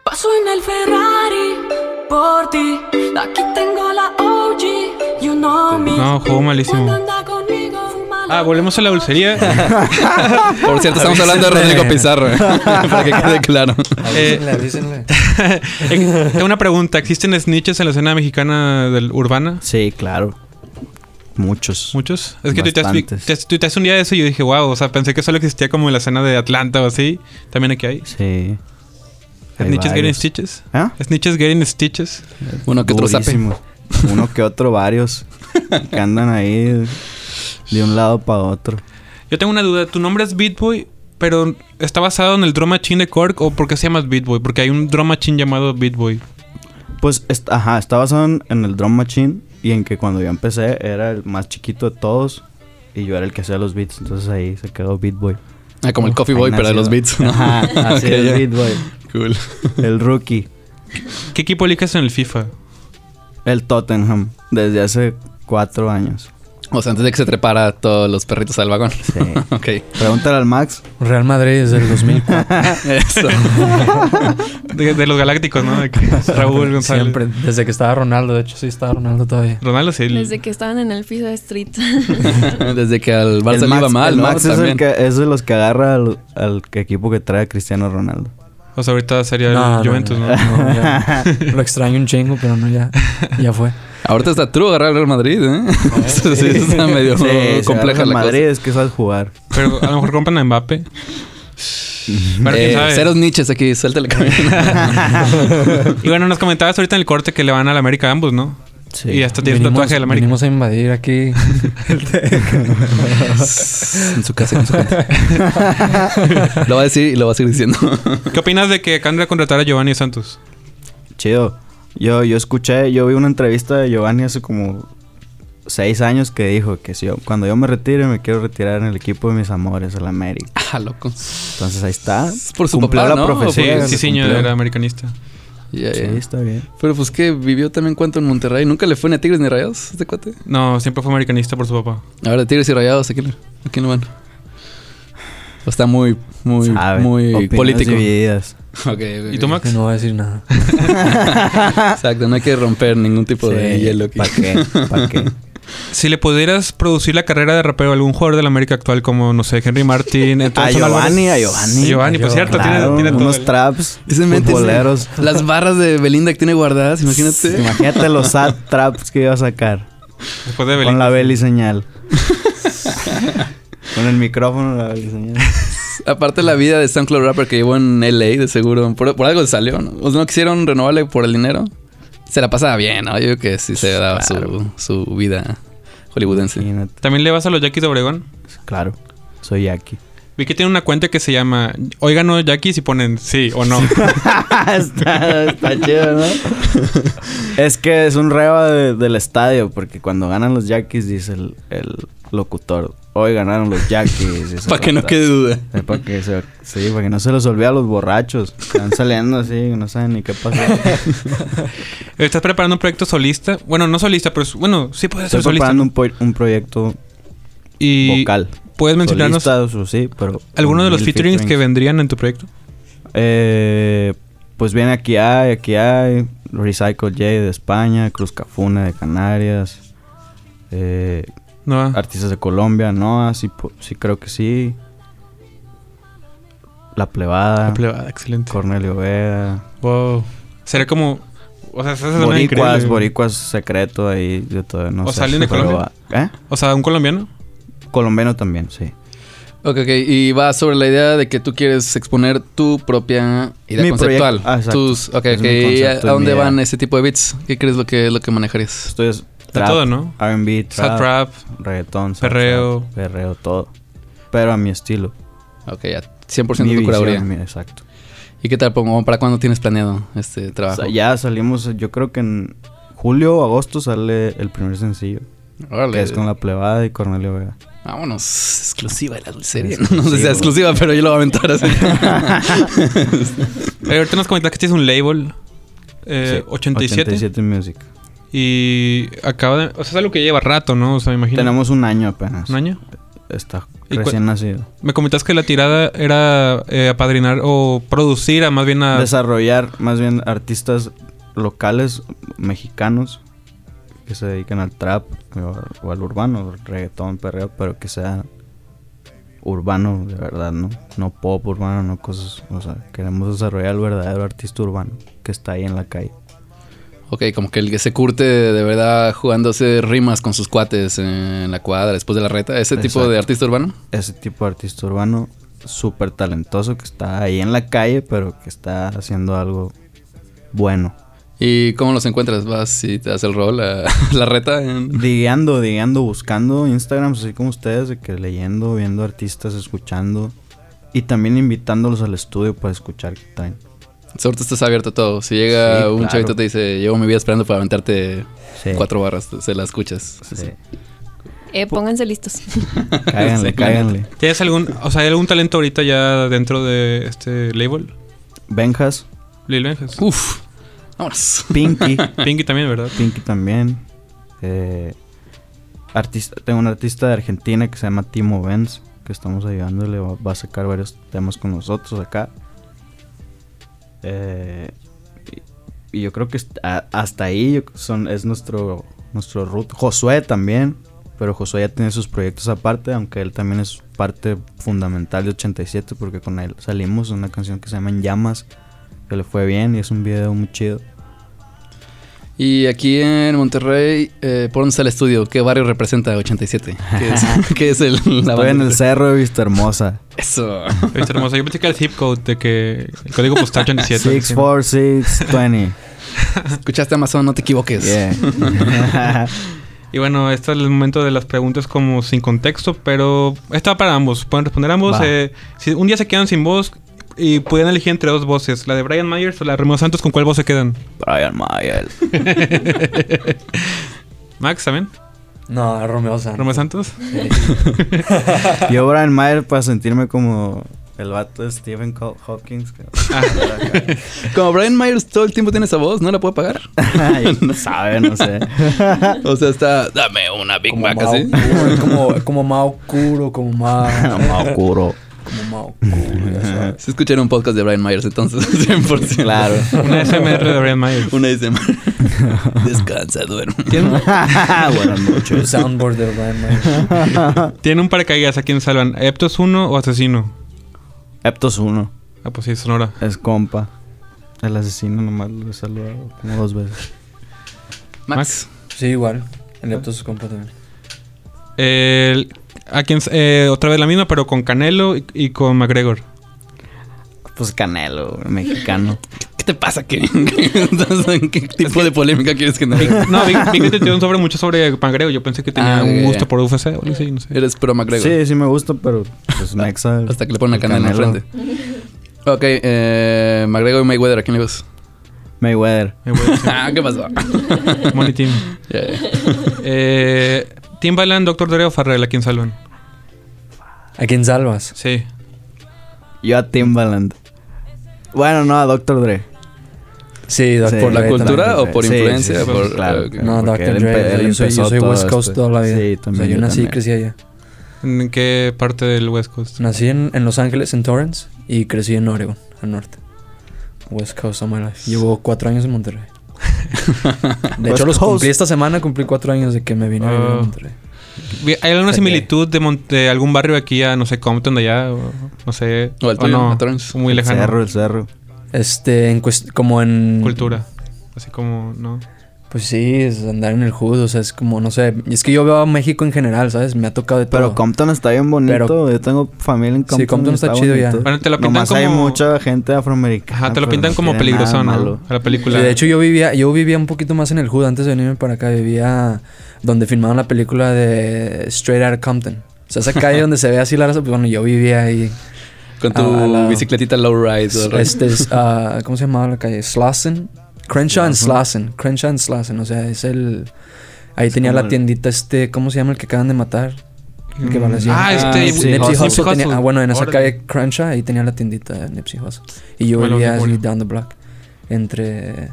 Speaker 1: Paso en el Ferrari por ti. Aquí tengo la OG. You know me.
Speaker 5: No, juego
Speaker 1: Cuando
Speaker 5: malísimo.
Speaker 1: anda conmigo, fuma
Speaker 5: Ah, volvemos a la dulcería.
Speaker 3: Por cierto, estamos hablando de Rodrigo Pizarro. eh, para que quede claro.
Speaker 5: Eh,
Speaker 7: Avísenle, avísenle.
Speaker 5: tengo una pregunta. ¿Existen snitches en la escena mexicana del, urbana?
Speaker 6: Sí, claro. Muchos.
Speaker 5: Muchos. Es que tú te, has,
Speaker 6: Bastantes.
Speaker 5: un día de eso y yo dije, wow, o sea, pensé que solo existía como en la escena de Atlanta o así. También aquí hay.
Speaker 6: Sí. Hay
Speaker 5: Snitches getting
Speaker 6: varios.
Speaker 5: stitches.
Speaker 6: ¿Ah?
Speaker 5: Snitches getting stitches.
Speaker 3: Uno que otro zape.
Speaker 6: Durísimos. uno que otro, varios, que andan ahí de un lado para otro.
Speaker 5: Yo tengo una duda. ¿Tu nombre es Beat Boy, pero está basado en el drum machine de Korg o por qué se llama Beat Boy? Porque hay un drum machine llamado Beat Boy.
Speaker 6: Pues, est- ajá, está basado en, en el drum machine y en que cuando yo empecé era el más chiquito de todos y yo era el que hacía los beats, entonces ahí se quedó Beat Boy.
Speaker 3: Ah, como el Coffee Boy,
Speaker 6: Ahí
Speaker 3: pero de
Speaker 6: nació.
Speaker 3: los beats. ¿no?
Speaker 6: Ajá, así
Speaker 3: Ok,
Speaker 6: el
Speaker 3: ya.
Speaker 6: Beat Boy,
Speaker 3: Cool.
Speaker 6: el rookie,
Speaker 5: ¿Qué equipo eliges en el FIFA?
Speaker 6: el Tottenham, desde hace cuatro años.
Speaker 3: O sea, antes de que se trepara todos los perritos al vagón.
Speaker 6: Sí.
Speaker 3: ok.
Speaker 6: Pregúntale al Max.
Speaker 7: Real Madrid desde el 2004.
Speaker 3: Eso.
Speaker 5: De, de los Galácticos, ¿no? De que es Raúl González.
Speaker 7: Siempre. Desde que estaba Ronaldo. De hecho, sí estaba Ronaldo todavía.
Speaker 5: Ronaldo sí. el-
Speaker 4: Desde que estaban en el piso de Street.
Speaker 3: Desde que al Barça
Speaker 6: el
Speaker 3: le iba mal,
Speaker 6: el
Speaker 3: ¿no?
Speaker 6: Max es, el
Speaker 3: También.
Speaker 6: que, es de los que agarra al, al equipo que trae a Cristiano Ronaldo.
Speaker 5: O sea, ahorita sería el Juventus, ¿no?
Speaker 7: no, ya. Lo extraño un chingo, pero no, ya, ya fue.
Speaker 3: Ahorita está true agarrar al Real Madrid, ¿eh? sí, está medio
Speaker 6: Oh, Sí, si agarras
Speaker 3: compleja
Speaker 6: al
Speaker 3: la
Speaker 6: Madrid
Speaker 3: cosa.
Speaker 6: es que sabes jugar.
Speaker 5: Pero a lo mejor compran a Mbappé. Pero quién
Speaker 3: Eh,
Speaker 5: sabe.
Speaker 3: ceros niches aquí, suéltale camino.
Speaker 5: Y bueno, nos comentabas ahorita en el corte que le van al América ambos, ¿no?
Speaker 6: Sí.
Speaker 5: Y hasta tienes
Speaker 7: Venimos-
Speaker 5: tatuaje del América.
Speaker 7: Venimos a invadir aquí.
Speaker 3: en su casa, en su casa. lo va a decir y lo va a seguir diciendo.
Speaker 5: ¿Qué opinas de que acaban de contratar a Giovanni Santos?
Speaker 6: Chido. Yo, yo escuché, yo vi una entrevista de Giovanni hace como seis años que dijo que si yo- cuando yo me retire me quiero retirar en el equipo de mis amores, el América.
Speaker 3: ah, loco.
Speaker 6: Entonces ahí está.
Speaker 3: Es por su
Speaker 6: Cumplió
Speaker 3: papá,
Speaker 6: la
Speaker 3: ¿no?
Speaker 5: Sí,
Speaker 6: profecía.
Speaker 3: Pues,
Speaker 5: sí,
Speaker 6: lo
Speaker 5: señor,
Speaker 6: cumplió.
Speaker 5: era americanista.
Speaker 3: Ya, ya.
Speaker 6: Sí, está bien.
Speaker 3: Pero pues que vivió también cuánto en Monterrey. Nunca le fue ni a Tigres ni a Rayados, este cuate.
Speaker 5: No, siempre fue americanista por su papá.
Speaker 3: Ahora Tigres y Rayados, ¿a quién, a quién lo van? O Está muy, muy,
Speaker 6: Sabe.
Speaker 3: muy
Speaker 6: Opiniones
Speaker 3: político.
Speaker 6: divididas.
Speaker 3: Ok, ok,
Speaker 5: ¿Y tú,
Speaker 3: ok.
Speaker 5: Max?
Speaker 7: Que no voy a decir nada.
Speaker 3: Exacto, no hay que romper ningún tipo de
Speaker 6: Sí,
Speaker 3: hielo aquí.
Speaker 6: ¿Para qué? ¿Para qué?
Speaker 5: Si le pudieras producir la carrera de rapero a algún jugador de la América actual, como, no sé, Henry Martin,
Speaker 6: A
Speaker 5: entonces
Speaker 6: Giovanni, a Giovanni.
Speaker 5: Giovanni, pues cierto, tiene-
Speaker 6: Claro,
Speaker 5: tiene, todo.
Speaker 6: unos
Speaker 5: el-
Speaker 6: traps,
Speaker 3: Ese mente,
Speaker 6: futboleros.
Speaker 3: Las barras de Belinda que tiene guardadas, imagínate.
Speaker 6: Imagínate los sad traps que iba a sacar.
Speaker 5: Después de
Speaker 6: Con
Speaker 5: Belinda.
Speaker 6: la Beli señal. Con el micrófono la Beli señal.
Speaker 3: Aparte la vida de SoundCloud Rapper que llevó en LA, de seguro. Por, por algo salió, ¿no? O sea, no quisieron renovarle por el dinero. Se la pasaba bien, ¿no? Yo creo que sí se daba su, su vida hollywoodense.
Speaker 6: Imagínate.
Speaker 5: También le vas a los Yaquis de Obregón.
Speaker 6: pues, Claro, soy Jackie.
Speaker 5: Vi que tiene una cuenta que se llama Oigan no Yaquis y ponen sí o no.
Speaker 6: está, está chido, ¿no? es que es un reba de- del estadio, porque cuando ganan los Jackies, dice el, el locutor, hoy ganaron los Jackies.
Speaker 3: Para que no quede duda.
Speaker 6: Para que, se- sí, para que no se los olvide a los borrachos. que Van saliendo así, que no saben ni qué pasó.
Speaker 5: Estás preparando un proyecto solista. Bueno, no solista, pero es- bueno, sí puede ser
Speaker 6: Estoy
Speaker 5: solista.
Speaker 6: preparando
Speaker 5: ¿no?
Speaker 6: un, po- un proyecto
Speaker 5: Y
Speaker 6: vocal.
Speaker 5: puedes mencionarnos
Speaker 6: Solistas, o sí, pero...
Speaker 5: algunos de los
Speaker 6: mil
Speaker 5: featurings que vendrían en tu proyecto.
Speaker 6: Eh, pues viene aquí hay, aquí hay, Recycle J de España, Cruz Cafuna de Canarias, eh,
Speaker 5: No. ah.
Speaker 6: artistas de Colombia, no, sí, po- sí creo que sí. La Plebada,
Speaker 5: La plebada, excelente.
Speaker 6: Cornelio Vega,
Speaker 5: Wow. Sería como. O sea, estás haciendo una
Speaker 6: Boricuas,
Speaker 5: increíble-
Speaker 6: Boricuas secreto ahí, yo todavía no
Speaker 5: ¿O
Speaker 6: sé.
Speaker 5: salen de
Speaker 6: pero
Speaker 5: Colombia?
Speaker 6: va- ¿Eh?
Speaker 5: O sea, un colombiano.
Speaker 6: Colombiano también, sí.
Speaker 3: Ok, ok. Y va sobre la idea de que tú quieres exponer tu propia idea
Speaker 6: Mi
Speaker 3: conceptual.
Speaker 6: proyecto, ah, exacto.
Speaker 3: Tus, ok,
Speaker 6: Es
Speaker 3: ok.
Speaker 6: mi
Speaker 3: ¿Y a,
Speaker 6: concepto,
Speaker 3: a
Speaker 6: es
Speaker 3: dónde
Speaker 6: mi idea.
Speaker 3: van ese tipo de beats? ¿Qué crees lo que es lo que manejarías?
Speaker 6: Esto es
Speaker 5: De
Speaker 6: trap,
Speaker 5: todo, ¿no?
Speaker 6: R&B,
Speaker 5: Sad
Speaker 6: trap,
Speaker 5: rap.
Speaker 6: reggaetón, sad
Speaker 5: perreo.
Speaker 6: trap, perreo, todo. Pero a mi estilo.
Speaker 3: Ok, ya. 100%
Speaker 6: mi
Speaker 3: de tu
Speaker 6: visión,
Speaker 3: curaduría.
Speaker 6: mi- exacto.
Speaker 3: ¿Y qué tal? como, ¿Para cuándo tienes planeado este
Speaker 6: O
Speaker 3: trabajo?
Speaker 6: sea, ya salimos, yo creo que en julio o agosto sale el primer sencillo.
Speaker 3: Órale.
Speaker 6: Que es con la plebada y Cornelio Vega.
Speaker 3: Vámonos, exclusiva de la serie.
Speaker 6: Exclusivo.
Speaker 3: No sé si sea exclusiva, pero yo lo voy a aventar así.
Speaker 5: Eh, ahorita nos comentas que tienes un label. eh,
Speaker 6: Sí,
Speaker 5: 87,
Speaker 6: 87 Music.
Speaker 5: Y acaba de. O sea, es algo que lleva rato, ¿no? O sea, me imagino.
Speaker 6: Tenemos un año apenas.
Speaker 5: un año.
Speaker 6: Está
Speaker 5: ¿Y cuál-
Speaker 6: recién nacido.
Speaker 5: Me comentas que la tirada era eh, apadrinar o producir, a más bien a.
Speaker 6: Desarrollar más bien artistas locales mexicanos que se dedican al trap o, o al urbano, reggaetón, perreo, pero que sea urbano de verdad, ¿no? No pop urbano, no cosas. O sea, queremos desarrollar al verdadero artista urbano que está ahí en la calle.
Speaker 3: ok, como que el que se curte de verdad jugándose rimas con sus cuates en la cuadra después de la reta. Ese tipo
Speaker 6: Exacto.
Speaker 3: de artista urbano.
Speaker 6: ese tipo de artista urbano súper talentoso que está ahí en la calle, pero que está haciendo algo bueno.
Speaker 3: ¿Y cómo los encuentras? ¿Vas y te das el rol a la reta? en-
Speaker 6: Digueando, digueando, buscando Instagram, así como ustedes, de que leyendo, viendo artistas, escuchando. Y también invitándolos al estudio para escuchar qué traen.
Speaker 3: Suerte estás abierto a todo. Si llega
Speaker 6: Sí,
Speaker 3: un
Speaker 6: claro.
Speaker 3: chavito y te dice, llevo mi vida esperando para aventarte
Speaker 6: Sí.
Speaker 3: cuatro barras, se la escuchas.
Speaker 6: Sí.
Speaker 4: Eh, pónganse listos.
Speaker 6: Cáiganle,
Speaker 3: Sí,
Speaker 6: cáiganle.
Speaker 5: ¿Tienes algún, o sea, hay algún talento ahorita ya dentro de este label?
Speaker 6: Benjas,
Speaker 5: Lil Benjas.
Speaker 3: Uf, vámonos.
Speaker 6: Pinky,
Speaker 5: Pinky también, ¿verdad?
Speaker 6: Pinky también. Eh, artista, tengo un artista de Argentina que se llama Timo Benz, que estamos ayudándole, va, va a sacar varios temas con nosotros acá. Eh, y, y yo creo que est- a- hasta ahí yo- son, es nuestro, nuestro root. Josué también, pero Josué ya tiene sus proyectos aparte, aunque él también es parte fundamental de 87, porque con él salimos una canción que se llama En Llamas, que le fue bien y es un video muy chido.
Speaker 3: Y aquí en Monterrey, eh, ¿por dónde está el estudio? ¿Qué barrio representa 87? ¿Qué es, qué es el, la
Speaker 6: Estoy en
Speaker 3: banda?
Speaker 6: el cerro de Vista Hermosa.
Speaker 3: Eso.
Speaker 5: Viste, hermosa. Yo pensé que era el zip code de que el código postal 87.
Speaker 6: 64620.
Speaker 3: Escuchaste Amazon, no te equivoques.
Speaker 6: Yeah.
Speaker 5: Y bueno, este es el momento de las preguntas como sin contexto, pero está para ambos. Pueden responder ambos.
Speaker 6: Va.
Speaker 5: Eh, si un día se quedan sin voz y pueden elegir entre dos voces, la de Brian Myers o la de Romeo Santos, ¿con cuál voz se quedan?
Speaker 6: Brian Mayer.
Speaker 5: Max, ¿saben?
Speaker 7: No, Romeo Santos.
Speaker 5: ¿Romeo Santos?
Speaker 6: Yo, Brian Mayer, para sentirme como el vato de Stephen Col- Hawking.
Speaker 3: Como Brian Myers todo el tiempo tiene esa voz, ¿no la puedo pagar?
Speaker 6: no sabe, no sé.
Speaker 3: O sea, está, dame una Big
Speaker 5: ¿Ah,
Speaker 7: Como
Speaker 3: Mac
Speaker 7: Mao,
Speaker 3: así.
Speaker 7: Kuro, como, como Mao Kuro, como Mao.
Speaker 6: Maokuro.
Speaker 7: Como Mao Kuro, ya sabes.
Speaker 3: Se escucharon un podcast de Brian Myers, entonces, 100%.
Speaker 6: Claro.
Speaker 5: Una SMR de Brian Myers.
Speaker 3: Una dice, descansa, duerme.
Speaker 6: Buenas
Speaker 7: El
Speaker 6: noches.
Speaker 7: soundboard de Brian Myers.
Speaker 5: Tiene un paracaídas a quien salvan. ¿Eptos 1 o Asesino?
Speaker 6: Eptos 1.
Speaker 5: Ah, pues sí, Sonora.
Speaker 6: Es compa. El asesino nomás lo he saludado como dos veces.
Speaker 3: Max.
Speaker 7: Sí, igual. El laptop se compra también.
Speaker 5: El- a quien, eh, otra vez la misma, pero con Canelo y, y con McGregor.
Speaker 6: Pues Canelo, mexicano.
Speaker 3: ¿Qué te pasa, Kevin? Entonces, ¿en ¿Qué tipo de polémica quieres generar?
Speaker 5: No, vi, vi que te tiró un sobre mucho sobre McGregor. Yo pensé que tenía
Speaker 3: Ah,
Speaker 5: un
Speaker 3: ya, ya.
Speaker 5: gusto por UFC o algo así, no sé.
Speaker 3: Eres pro McGregor.
Speaker 6: Sí, sí me gusta, pero pues Mexa.
Speaker 3: Hasta que le ponen la
Speaker 6: el
Speaker 3: canela
Speaker 6: Canelo.
Speaker 3: enfrente. Ok, eh, McGregor y Mayweather, ¿a quién le vas?
Speaker 6: Mayweather.
Speaker 5: Me voy a decir.
Speaker 3: Ah, ¿qué pasó?
Speaker 5: Money Team.
Speaker 3: Ya, ya.
Speaker 5: Eh, Timbaland, Doctor Dre o Farrell, ¿a quién salvan?
Speaker 7: ¿A quién salvas?
Speaker 5: Sí.
Speaker 6: Yo a Timbaland. Bueno, no, a Dr. Dre.
Speaker 7: Sí, Doc,
Speaker 6: Sí,
Speaker 3: ¿Por la
Speaker 7: Dre,
Speaker 3: cultura
Speaker 7: también.
Speaker 3: o por influencia? Por- ah, ok.
Speaker 7: No,
Speaker 6: porque
Speaker 7: Dr.
Speaker 6: él empe-
Speaker 7: Dre.
Speaker 6: él
Speaker 7: Yo soy, yo
Speaker 6: empezó
Speaker 7: soy
Speaker 6: todo
Speaker 7: West Coast
Speaker 6: esto.
Speaker 7: toda la vida.
Speaker 6: Sí, también.
Speaker 7: O sea, yo nací y
Speaker 6: también.
Speaker 7: crecí allá.
Speaker 5: ¿En qué parte del West Coast?
Speaker 7: Nací en, en Los Ángeles, en Torrance, y crecí en Oregon, al norte. West Coast of my life. Llevo cuatro años en Monterrey. De
Speaker 6: West
Speaker 7: hecho, los
Speaker 6: Coast.
Speaker 7: cumplí esta semana, cumplí cuatro años de que me vine a vivir a
Speaker 5: Oh.
Speaker 7: Monterrey.
Speaker 5: Vi- ¿Hay alguna
Speaker 7: Ok.
Speaker 5: similitud de, Mon- de algún barrio aquí a, no sé, Compton de allá? O, no sé.
Speaker 3: O al tuyo, a
Speaker 5: no,
Speaker 3: Torrance.
Speaker 5: muy
Speaker 6: El
Speaker 5: lejano.
Speaker 6: cerro, el cerro.
Speaker 7: Este, en cuest- como en...
Speaker 5: Cultura. Así como, ¿no?
Speaker 6: Ah,
Speaker 7: Pues sí, es andar en el hood, o sea, es como, no sé. Y es que yo veo a México en general, ¿sabes? Me ha tocado de
Speaker 6: Pero
Speaker 7: todo.
Speaker 6: Compton está bien bonito.
Speaker 7: Pero-
Speaker 6: yo tengo familia en Compton.
Speaker 7: Sí,
Speaker 6: y
Speaker 7: Compton está chido ya.
Speaker 5: Bueno, te lo pintan
Speaker 6: Nomás hay
Speaker 5: como-
Speaker 6: mucha gente afroamericana.
Speaker 5: Ajá, te lo
Speaker 6: pero
Speaker 5: pintan
Speaker 6: no
Speaker 5: como
Speaker 6: tiene nada
Speaker 5: peligroso,
Speaker 6: malo.
Speaker 5: ¿no? A la
Speaker 7: Sí,
Speaker 5: película.
Speaker 7: Pues de hecho, yo vivía, yo vivía un poquito más en el hood antes de venirme para acá. Vivía donde filmaban la película de Straight Outta Compton. O sea, esa calle donde se ve así la raza, pues bueno, yo vivía ahí.
Speaker 3: Con tu
Speaker 7: Ah, la-
Speaker 3: bicicletita lowride. todo el rollo.
Speaker 7: Este es, ah, ¿cómo se llamaba la calle? Slauson. Crenshaw and Slauson. Crenshaw and Slauson. O sea, es el. Ahí tenía
Speaker 6: como
Speaker 7: la
Speaker 6: el-
Speaker 7: tiendita este, ¿cómo se llama el que acaban de matar? El que
Speaker 5: Mm.
Speaker 7: balació.
Speaker 5: Ah, este.
Speaker 6: sí.
Speaker 7: Nipsey
Speaker 6: Hussle.
Speaker 7: Hussle tenía- ah, bueno, en esa
Speaker 5: Órale.
Speaker 7: calle Crenshaw, ahí tenía la tiendita de Nipsey Hussle. Y yo
Speaker 5: Me lo
Speaker 7: vivía así
Speaker 5: recuerdo.
Speaker 7: down the block. Entre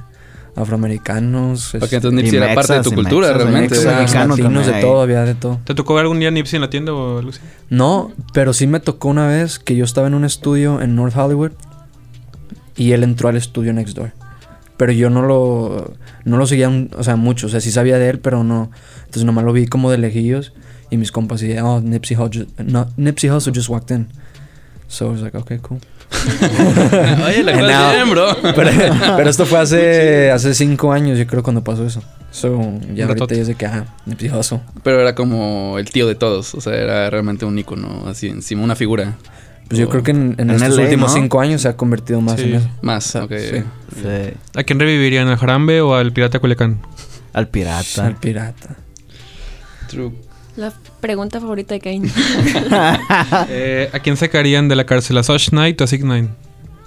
Speaker 7: afroamericanos,
Speaker 3: Porque
Speaker 7: este,
Speaker 3: entonces Nipsey
Speaker 6: Y
Speaker 3: era
Speaker 6: mexas,
Speaker 3: parte de tu
Speaker 6: y
Speaker 3: cultura,
Speaker 6: mexas,
Speaker 3: realmente.
Speaker 6: mexas,
Speaker 3: ¿verdad?
Speaker 6: mexicano
Speaker 7: latinos,
Speaker 6: también
Speaker 7: de
Speaker 6: hay.
Speaker 7: todo, había de todo.
Speaker 5: ¿Te tocó ver algún día Nipsey en la tienda o Lucy?
Speaker 7: No, pero sí me tocó una vez que yo estaba en un estudio en North Hollywood y él entró al estudio next door. Pero yo no lo, no lo seguía, un- o sea, mucho. O sea, sí sabía de él, pero no. Entonces nomás lo vi como de lejillos y mis compas y oh, Nipsey Hussle, no, Nipsey Hussle just walked in. So I was like, okay, cool.
Speaker 3: Oye, la
Speaker 7: And
Speaker 3: cosa
Speaker 7: now-
Speaker 3: bien, bro.
Speaker 7: Pero, pero esto fue hace, hace cinco años, yo creo, cuando pasó eso. So, ya ahorita
Speaker 5: ratote.
Speaker 7: ya es de que, ajá, Nipsey Hussle.
Speaker 3: Pero era como el tío de todos. O sea, era realmente un ícono, así encima, una figura.
Speaker 7: Pues yo creo que en, en
Speaker 6: En
Speaker 7: estos
Speaker 6: LA,
Speaker 7: últimos
Speaker 6: Este ¿no?
Speaker 7: cinco años se ha convertido más
Speaker 5: Sí.
Speaker 7: en eso.
Speaker 3: Más, ok.
Speaker 7: Ah, sí.
Speaker 6: Sí.
Speaker 5: ¿A quién revivirían? ¿Al Jarambe o al Pirata Culiacán?
Speaker 6: Al
Speaker 7: Al
Speaker 6: pirata.
Speaker 7: pirata.
Speaker 3: True.
Speaker 4: La pregunta favorita de Kane.
Speaker 5: Eh, ¿A quién sacarían de la cárcel? ¿A Sosh Knight o a Sig Nine?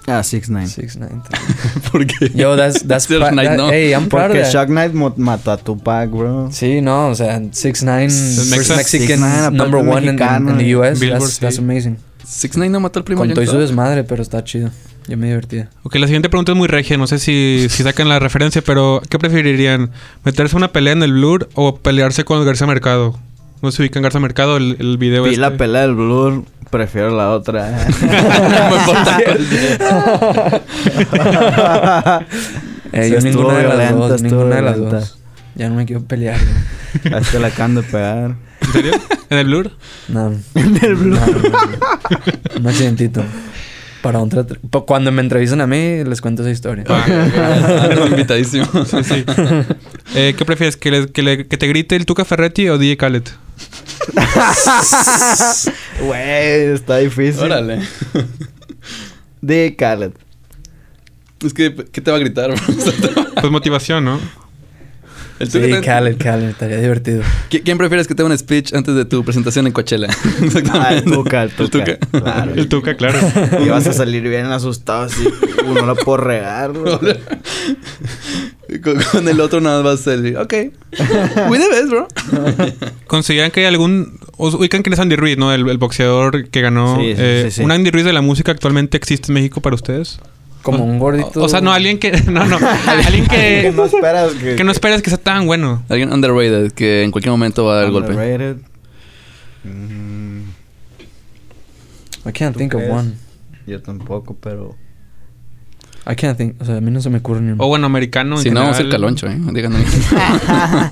Speaker 6: Ah, 6 9
Speaker 7: Six Nine.
Speaker 3: ¿Por qué?
Speaker 7: Yo, that's, that's
Speaker 3: Six
Speaker 7: pa-
Speaker 3: Nine,
Speaker 7: that-
Speaker 3: no.
Speaker 7: Hey, I'm proud
Speaker 6: Porque
Speaker 7: of that.
Speaker 6: Shock Knight mo- mató a Tupac, bro.
Speaker 7: Sí, no, o sea, Six Nine
Speaker 5: Six Mexa-
Speaker 7: Mexican
Speaker 6: Six Nine, aparte
Speaker 7: number one in,
Speaker 6: mexicano, eh.
Speaker 7: in the US.
Speaker 5: Billboard,
Speaker 7: that's,
Speaker 5: sí.
Speaker 7: that's amazing.
Speaker 3: Six Nine no mató al primo
Speaker 7: Con
Speaker 3: Young
Speaker 7: todo y su
Speaker 3: Thug.
Speaker 7: desmadre, pero está chido. Yo me divertía.
Speaker 5: Ok, la siguiente pregunta es muy regia. No sé si, si sacan la referencia, pero ¿qué preferirían? ¿Meterse una pelea en el Blur o pelearse con Garza Mercado? No se ubican Garza Mercado, el, el video
Speaker 6: Vi la
Speaker 5: este.
Speaker 6: pelea del Blur, prefiero la otra.
Speaker 7: Eh,
Speaker 6: Sí,
Speaker 7: yo
Speaker 6: estuvo
Speaker 7: ninguna de las
Speaker 6: violenta,
Speaker 7: dos,
Speaker 6: estuvo
Speaker 7: ninguna de las
Speaker 6: violenta.
Speaker 7: dos. Ya no me quiero pelear. güey.
Speaker 6: Ahí te la acaban de pegar.
Speaker 5: ¿En serio? este, ¿En el Blur?
Speaker 7: No. En el blog. Un accidentito. Para un tra- pa- Cuando me entrevistan a mí, les cuento esa historia.
Speaker 3: Ah, eres invitadísimo.
Speaker 5: Sí, sí. Eh, ¿Qué prefieres? ¿Que, le- que le- que te grite el Tuca Ferretti o DJ Khaled?
Speaker 6: Güey, está difícil.
Speaker 3: Órale.
Speaker 6: De Khaled.
Speaker 3: Es que, ¿qué te va a gritar? bro? O sea, te-
Speaker 5: Pues motivación, ¿no?
Speaker 3: El
Speaker 7: Sí,
Speaker 3: tuyo te-
Speaker 7: Khaled, Khaled. Estaría divertido.
Speaker 3: ¿Qui- ¿Quién prefieres que tenga un speech antes de tu presentación en Coachella?
Speaker 6: Ah, el Tuca, el Tuca. Claro.
Speaker 5: El Tuca, claro.
Speaker 6: Y vas a salir bien asustado así. "Uh, no la puedo regar, bro".
Speaker 3: con, con el otro nada más vas a decir, ok. We the best, bro.
Speaker 5: ¿Consideran que hay algún... os ubican que es Andy Ruiz, ¿no? El, el boxeador que ganó...
Speaker 6: Sí, sí,
Speaker 5: eh,
Speaker 6: sí, sí.
Speaker 5: ¿Un Andy Ruiz de la música actualmente existe en México para ustedes?
Speaker 7: Como un gordito.
Speaker 5: O, o sea, no, alguien que... No, no. Alguien
Speaker 6: Que
Speaker 5: que...
Speaker 6: no esperas que.
Speaker 5: que no esperas que sea tan bueno.
Speaker 3: Alguien underrated que en cualquier momento va a dar el golpe.
Speaker 6: Underrated. Mm,
Speaker 7: I can't
Speaker 6: ¿Tú
Speaker 7: think of
Speaker 6: crees?
Speaker 7: one.
Speaker 6: yo tampoco, pero.
Speaker 7: I can't think. O sea, a mí no se me ocurre ni uno.
Speaker 5: O bueno, americano en
Speaker 3: Si no, vamos a
Speaker 5: general.
Speaker 3: ser caloncho, ¿eh? Díganme.
Speaker 6: Nah,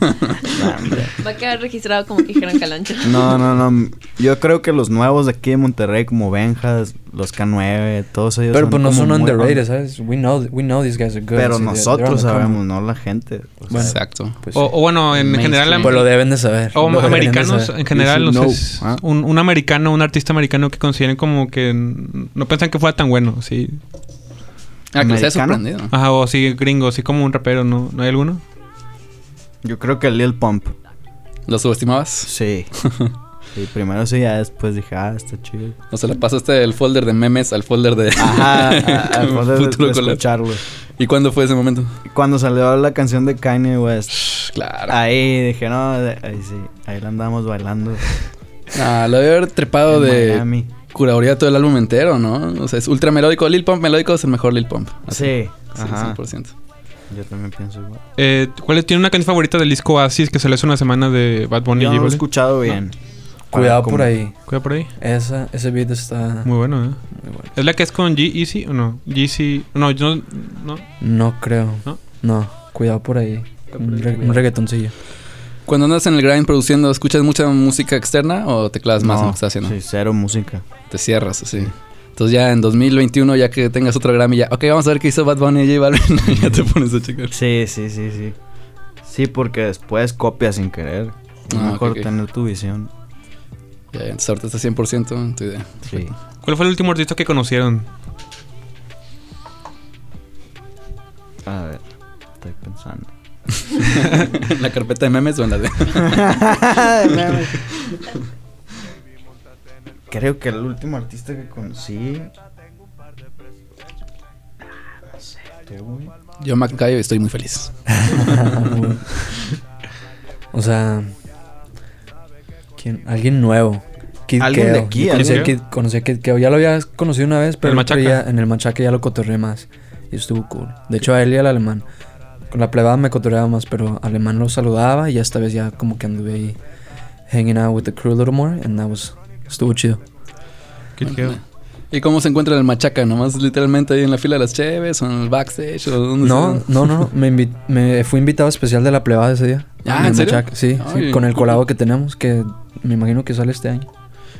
Speaker 6: hombre.
Speaker 4: Va a quedar registrado como que dijeron Calancho.
Speaker 6: No, no, no. Yo creo que los nuevos de aquí de Monterrey, como Benjas, los K9, todos ellos.
Speaker 7: Pero pues no
Speaker 6: como
Speaker 7: son
Speaker 6: muy-
Speaker 7: underrated, ¿sabes? We know, we know these guys are good.
Speaker 6: Pero
Speaker 7: así, they're- they're on
Speaker 6: nosotros
Speaker 7: the come.
Speaker 6: sabemos, no la gente. O sea,
Speaker 3: Exacto.
Speaker 7: Pues,
Speaker 5: O, o bueno, en
Speaker 6: Mainstream.
Speaker 5: general...
Speaker 7: Pues lo deben de saber.
Speaker 5: O
Speaker 7: Lo deberían de
Speaker 5: americanos eh,
Speaker 7: saber.
Speaker 5: en general,
Speaker 6: You
Speaker 5: no
Speaker 6: should
Speaker 5: sé. si-
Speaker 6: know, ¿ah?
Speaker 5: Un, un americano, un artista americano que consideren como que n- no pensan que fuera tan bueno, sí.
Speaker 3: Ah, que les haya
Speaker 6: ¿Americano?
Speaker 3: sorprendido.
Speaker 5: Ajá, o sí, gringo, sí como un rapero, ¿no? ¿No hay alguno?
Speaker 6: Yo creo que Lil Pump.
Speaker 3: ¿Lo subestimabas?
Speaker 6: Sí. Sí, primero sí, ya después dije, ah, está chido.
Speaker 3: O sea, le pasaste del folder de memes al folder de.
Speaker 6: Ajá, a- a- después de, de
Speaker 3: Futuro Collab.
Speaker 6: escucharlo.
Speaker 3: ¿Y cuándo fue ese momento?
Speaker 6: Y Cuando salió la canción de Kanye West,
Speaker 3: Claro.
Speaker 6: ahí dije, no, de- ahí sí, ahí la andamos bailando.
Speaker 3: Ah, lo debe haber trepado
Speaker 6: en
Speaker 3: de
Speaker 6: Miami.
Speaker 3: curaduría todo el álbum entero, ¿no? O sea, es ultra melódico. Lil Pump melódico es el mejor Lil Pump. Así.
Speaker 6: Sí,
Speaker 3: Ah, Sí, pues.
Speaker 6: ajá.
Speaker 3: 100%.
Speaker 6: Yo también pienso igual.
Speaker 5: Eh, ¿Cuál es, tiene una canción favorita del disco Oasis que salió hace una semana de Bad Bunny
Speaker 6: Yo
Speaker 5: y
Speaker 6: no lo he
Speaker 5: J Balvin?
Speaker 6: escuchado bien.
Speaker 7: Cuidado
Speaker 6: Para
Speaker 7: por
Speaker 6: como-
Speaker 7: ahí.
Speaker 5: Cuida por ahí.
Speaker 7: Esa, ese beat está...
Speaker 5: Muy bueno, ¿eh?
Speaker 7: Ah. Muy bueno.
Speaker 5: ¿Es la que es con G-Easy o no? G-Easy... No, yo no... no.
Speaker 7: No creo.
Speaker 5: ¿No?
Speaker 7: ¿No? Cuidado por ahí. Un, re- un reggaetoncillo.
Speaker 3: Cuando andas en el grind produciendo, ¿escuchas mucha música externa o te clavas más en
Speaker 6: No,
Speaker 3: lo que estás haciendo?
Speaker 6: Sí, cero música.
Speaker 3: Te cierras, así. Entonces ya en 2021, ya que tengas otro Grammy, ya, ok, vamos a ver qué hizo Bad Bunny y J Balvin. ya te pones a checar.
Speaker 6: Sí, sí, sí, sí. Sí, porque después copias sin querer. Es
Speaker 3: Ah,
Speaker 6: mejor
Speaker 3: ok, ok.
Speaker 6: tener tu visión.
Speaker 3: Ya, ya, entonces ahorita estás 100% en tu idea.
Speaker 6: Sí.
Speaker 5: ¿Cuál fue el último artista que conocieron?
Speaker 6: A ver, estoy pensando.
Speaker 3: ¿En la carpeta de memes o en la de...?
Speaker 6: Creo que el último artista que conocí. Ah, No sé, tú, güey.
Speaker 3: Yo me callo y estoy muy feliz.
Speaker 7: o sea... ¿quién? Alguien nuevo. Kid
Speaker 6: Alguien de
Speaker 7: Keo.
Speaker 6: aquí,
Speaker 7: Yo conocí a
Speaker 5: alguien.
Speaker 7: Kid, conocí a Kid Keo. Ya lo había conocido una vez, pero
Speaker 5: ¿El
Speaker 7: el otro
Speaker 5: Machaca?
Speaker 7: día en el machaca ya lo cotorreé más. Y estuvo cool. De hecho, a él y al alemán. Con la plebada me cotorreaba más, pero alemán lo saludaba y ya esta vez ya como que anduve ahí hanging out with the crew a little more and that was... Estuvo chido.
Speaker 5: ¿Qué te quedó?
Speaker 3: ¿Y cómo se encuentra el machaca? ¿Nomás literalmente ahí en la fila de las cheves o en el backstage o dónde
Speaker 7: No,
Speaker 3: se-
Speaker 7: no, no, no. Me, invi- me fui invitado especial de la plebada ese día.
Speaker 3: Ah,
Speaker 7: Del
Speaker 3: ¿en serio?
Speaker 7: Machaca, Sí, sí,
Speaker 3: Ay.
Speaker 7: con el colado que tenemos, que me imagino que sale este año.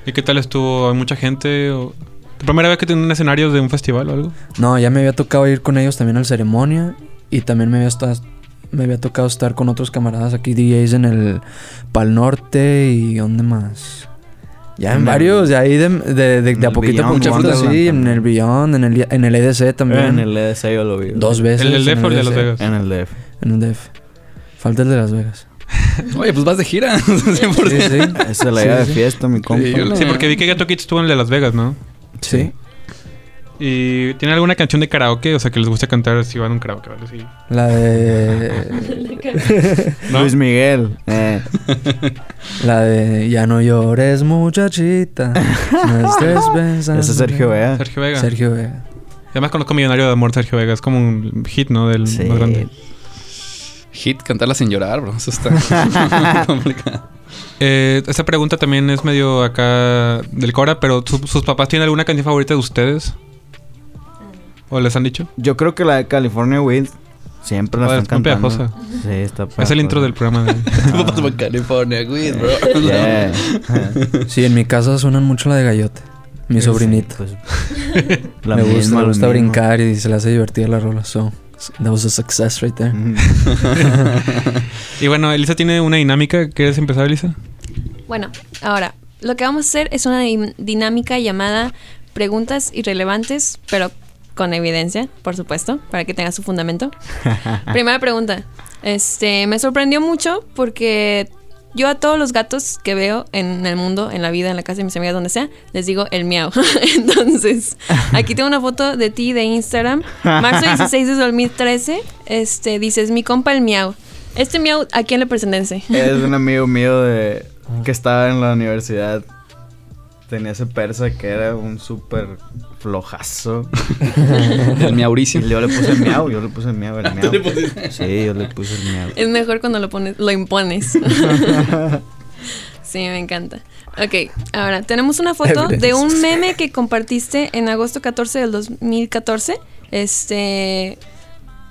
Speaker 5: ¿Y qué tal estuvo? ¿Hay mucha gente? ¿O... ¿La primera vez que tienen un escenario de un festival o algo?
Speaker 7: No, ya me había tocado ir con ellos también al ceremonia y también me había, esta- me había tocado estar con otros camaradas aquí, DJs en el Pal Norte y ¿dónde más? Ya en,
Speaker 6: En el-
Speaker 7: varios, de ahí de, de, de,
Speaker 6: en
Speaker 7: de a
Speaker 6: el
Speaker 7: poquito,
Speaker 6: Beyond,
Speaker 7: poquito,
Speaker 6: Wonderland
Speaker 7: sí, en
Speaker 6: también.
Speaker 7: el Beyond, en el, en el EDC también.
Speaker 6: En el E EDC yo lo vi. güey.
Speaker 7: Dos veces.
Speaker 5: ¿El del
Speaker 7: en
Speaker 5: DF o el de Las
Speaker 7: EDC,
Speaker 5: Vegas?
Speaker 6: En el DF.
Speaker 7: En el DF. Falta el de Las Vegas.
Speaker 3: Oye, pues vas de gira.
Speaker 7: Sí,
Speaker 3: 100%.
Speaker 7: sí.
Speaker 6: Esa es la
Speaker 7: Sí,
Speaker 6: idea de
Speaker 7: sí.
Speaker 6: fiesta, mi compa.
Speaker 3: Sí, yo la-
Speaker 5: Sí, porque vi que Gato Kids estuvo en el de Las Vegas, ¿no?
Speaker 7: Sí.
Speaker 5: ¿Y tiene alguna canción de karaoke? O sea, que les gusta cantar si van a un karaoke, ¿vale? Sí.
Speaker 7: La de.
Speaker 5: ¿No?
Speaker 6: Luis Miguel. Eh,
Speaker 7: La de. Ya no llores, muchachita. No estés pensando.
Speaker 6: ese es Ah, Sergio Vea.
Speaker 5: Sergio Vega.
Speaker 7: Sergio eh, Vega.
Speaker 5: Además conozco a Millonario de Amor, Sergio Vega. Es como un hit, ¿no? Del
Speaker 6: Sí.
Speaker 5: más grande.
Speaker 3: Hit, cantarla sin llorar, bro. Eso está complicado.
Speaker 5: Eh, esta pregunta también es medio acá del Cora, pero ¿su- ¿sus papás tienen alguna canción favorita de ustedes? ¿O les han dicho?
Speaker 6: Yo creo que la de California Wild siempre la
Speaker 5: Ah, es muy
Speaker 6: están cantando.
Speaker 5: pegajosa.
Speaker 6: Sí, está
Speaker 5: es el intro
Speaker 6: pegajosa.
Speaker 5: del programa. de-
Speaker 3: Tu papá en California, güey, bro.
Speaker 6: Yeah.
Speaker 7: Sí, en mi casa suenan mucho la de Gallote. Mi sobrinito.
Speaker 6: Sí, pues, la
Speaker 7: me gusta,
Speaker 6: misma,
Speaker 7: le
Speaker 6: lo
Speaker 7: gusta
Speaker 6: mismo.
Speaker 7: brincar y se le hace divertida la rola. So, that was a success right there.
Speaker 6: Mm.
Speaker 5: y bueno, Elisa tiene una dinámica. ¿Quieres empezar, Elisa?
Speaker 4: Bueno, ahora, lo que vamos a hacer es una din- dinámica llamada preguntas irrelevantes, pero con evidencia, por supuesto, para que tenga su fundamento. Primera pregunta. Este, me sorprendió mucho porque yo a todos los gatos que veo en el mundo, en la vida, en la casa de mis amigas, donde sea, les digo el miau. Entonces, aquí tengo una foto de ti de Instagram, marzo 16 de 2013. Este, dices, mi compa el miau. Este miau, ¿a quién le pertenece?
Speaker 6: Es un amigo mío de
Speaker 7: Ah.
Speaker 6: que estaba en la universidad. Tenía ese persa que era un súper flojazo.
Speaker 3: El
Speaker 6: Y
Speaker 3: Mauricio.
Speaker 6: yo le puse el miau, yo le puse el miau, el miau. Sí, yo le puse el miau.
Speaker 4: Es mejor cuando lo pones, lo impones. sí, me encanta. Ok, ahora tenemos una foto de un meme que compartiste en agosto 14 del 2014. Este,